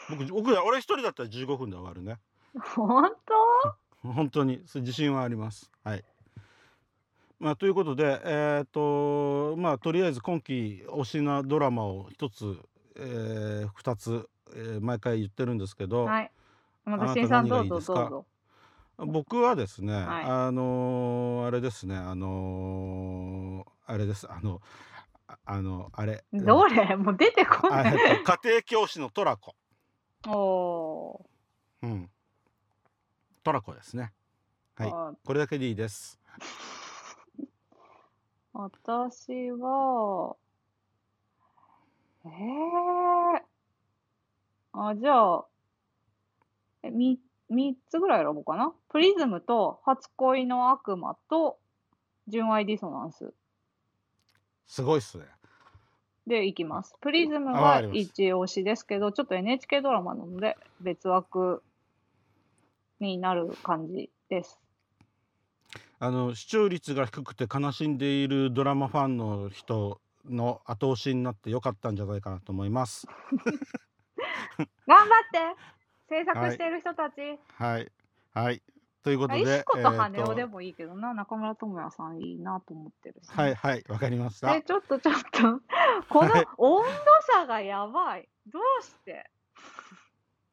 Speaker 3: 僕僕俺一人だったら15分で終わるね
Speaker 4: 本当
Speaker 3: 本当にそう自信はあります。はい。まあということでえっ、とまあとりあえず今期推しなドラマを一つ、えー、二つ、えー毎回言ってるんですけど、
Speaker 4: はい。ま
Speaker 3: あな
Speaker 4: た
Speaker 3: た
Speaker 4: 新さんどう
Speaker 3: 何がいい
Speaker 4: ぞ
Speaker 3: です
Speaker 4: ど
Speaker 3: か
Speaker 4: うぞ。
Speaker 3: 僕はですね、
Speaker 4: い
Speaker 3: あのーあれですねあのーあれですあのああのあれ
Speaker 4: どれもう出てこ
Speaker 3: あ
Speaker 4: ない。
Speaker 3: えっと家庭教師のトラコ、
Speaker 4: おお
Speaker 3: うん、トラコですね。
Speaker 4: ー。
Speaker 3: はい
Speaker 4: あ
Speaker 3: これだけでいいです。
Speaker 4: 私は、ええあ、じゃあ、え、み、三つぐらい選ぼうかな。プリズムと、初恋の悪魔と、純愛ディソナンス。
Speaker 3: すごいっすね。
Speaker 4: でいきます。プリズム
Speaker 3: あわ
Speaker 4: は
Speaker 3: かります
Speaker 4: 一押しですけど、ちょっと NHK ドラマなので別枠になる感じです。
Speaker 3: あの視聴率が低くて悲しんでいるドラマファンの人の後押しになってよかったんじゃないかなと思います。
Speaker 4: 頑張って制
Speaker 3: は
Speaker 4: 作
Speaker 3: い
Speaker 4: してる人たち、
Speaker 3: はい、はい、というこ
Speaker 4: あ
Speaker 3: と
Speaker 4: い、
Speaker 3: で
Speaker 4: 石、子と羽
Speaker 3: えー
Speaker 4: 男
Speaker 3: と
Speaker 4: でもいいけどな、中村智也さんいいなと思ってるし、
Speaker 3: はいはいわかりました
Speaker 4: で、。ちょっとちょっと、 この
Speaker 3: はい
Speaker 4: 温度差がやばい。どうして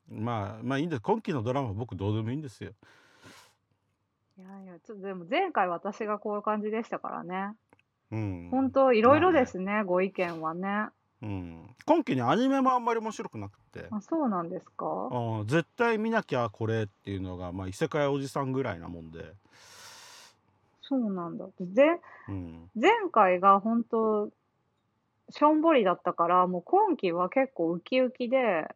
Speaker 3: まあまあいいんです。今期のドラマは僕どうでもいいんですよ。
Speaker 4: いやいや、ちょっとでも前回私がこういう感じでしたからね。
Speaker 3: うん。
Speaker 4: 本当いろいろ
Speaker 3: まあね
Speaker 4: ですね、ご意見はね。
Speaker 3: うん。今期ねアニメもあんまり面白くなくて、
Speaker 4: あ、そうなんですか
Speaker 3: あ絶対見なきゃこれっていうのがまあ異世界おじさんぐらいなもんで、
Speaker 4: そうなんだ。で、
Speaker 3: うん。
Speaker 4: 前回が本当しょんぼりだったからもう今期は結構ウキウキで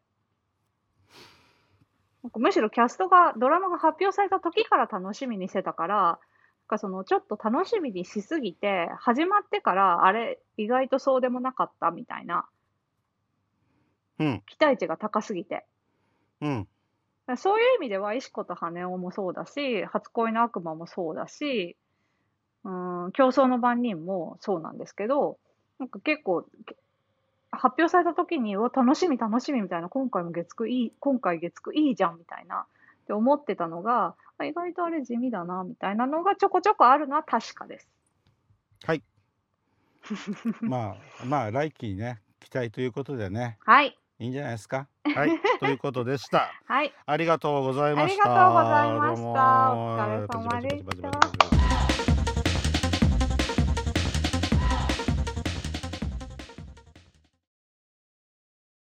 Speaker 4: なんかむしろキャストがドラマが発表された時から楽しみにしてたからなんかそのちょっと楽しみにしすぎて始まってからあれ意外とそうでもなかったみたいな
Speaker 3: うん
Speaker 4: 期待値が高すぎて。
Speaker 3: うん
Speaker 4: そういう意味では、石子と羽男もそうだし、初恋の悪魔もそうだし、うーん、競争の番人もそうなんですけど、なんか結構、け発表された時に、うわ、楽しみ楽しみみたいな、今回も月9いい、今回月9いいじゃんみたいな、って思ってたのが、あ意外とあれ地味だな、みたいなのがちょこちょこあるのは確かです。
Speaker 3: まあまあ来期ね期待ということでね。
Speaker 4: はい。
Speaker 3: いいんじゃないですか。はい、ということでした。
Speaker 4: はい。
Speaker 3: ありがとうございました。
Speaker 4: ありがとうございました
Speaker 3: どうも
Speaker 4: お疲れ様でした
Speaker 3: バチバチバチバチバチバチ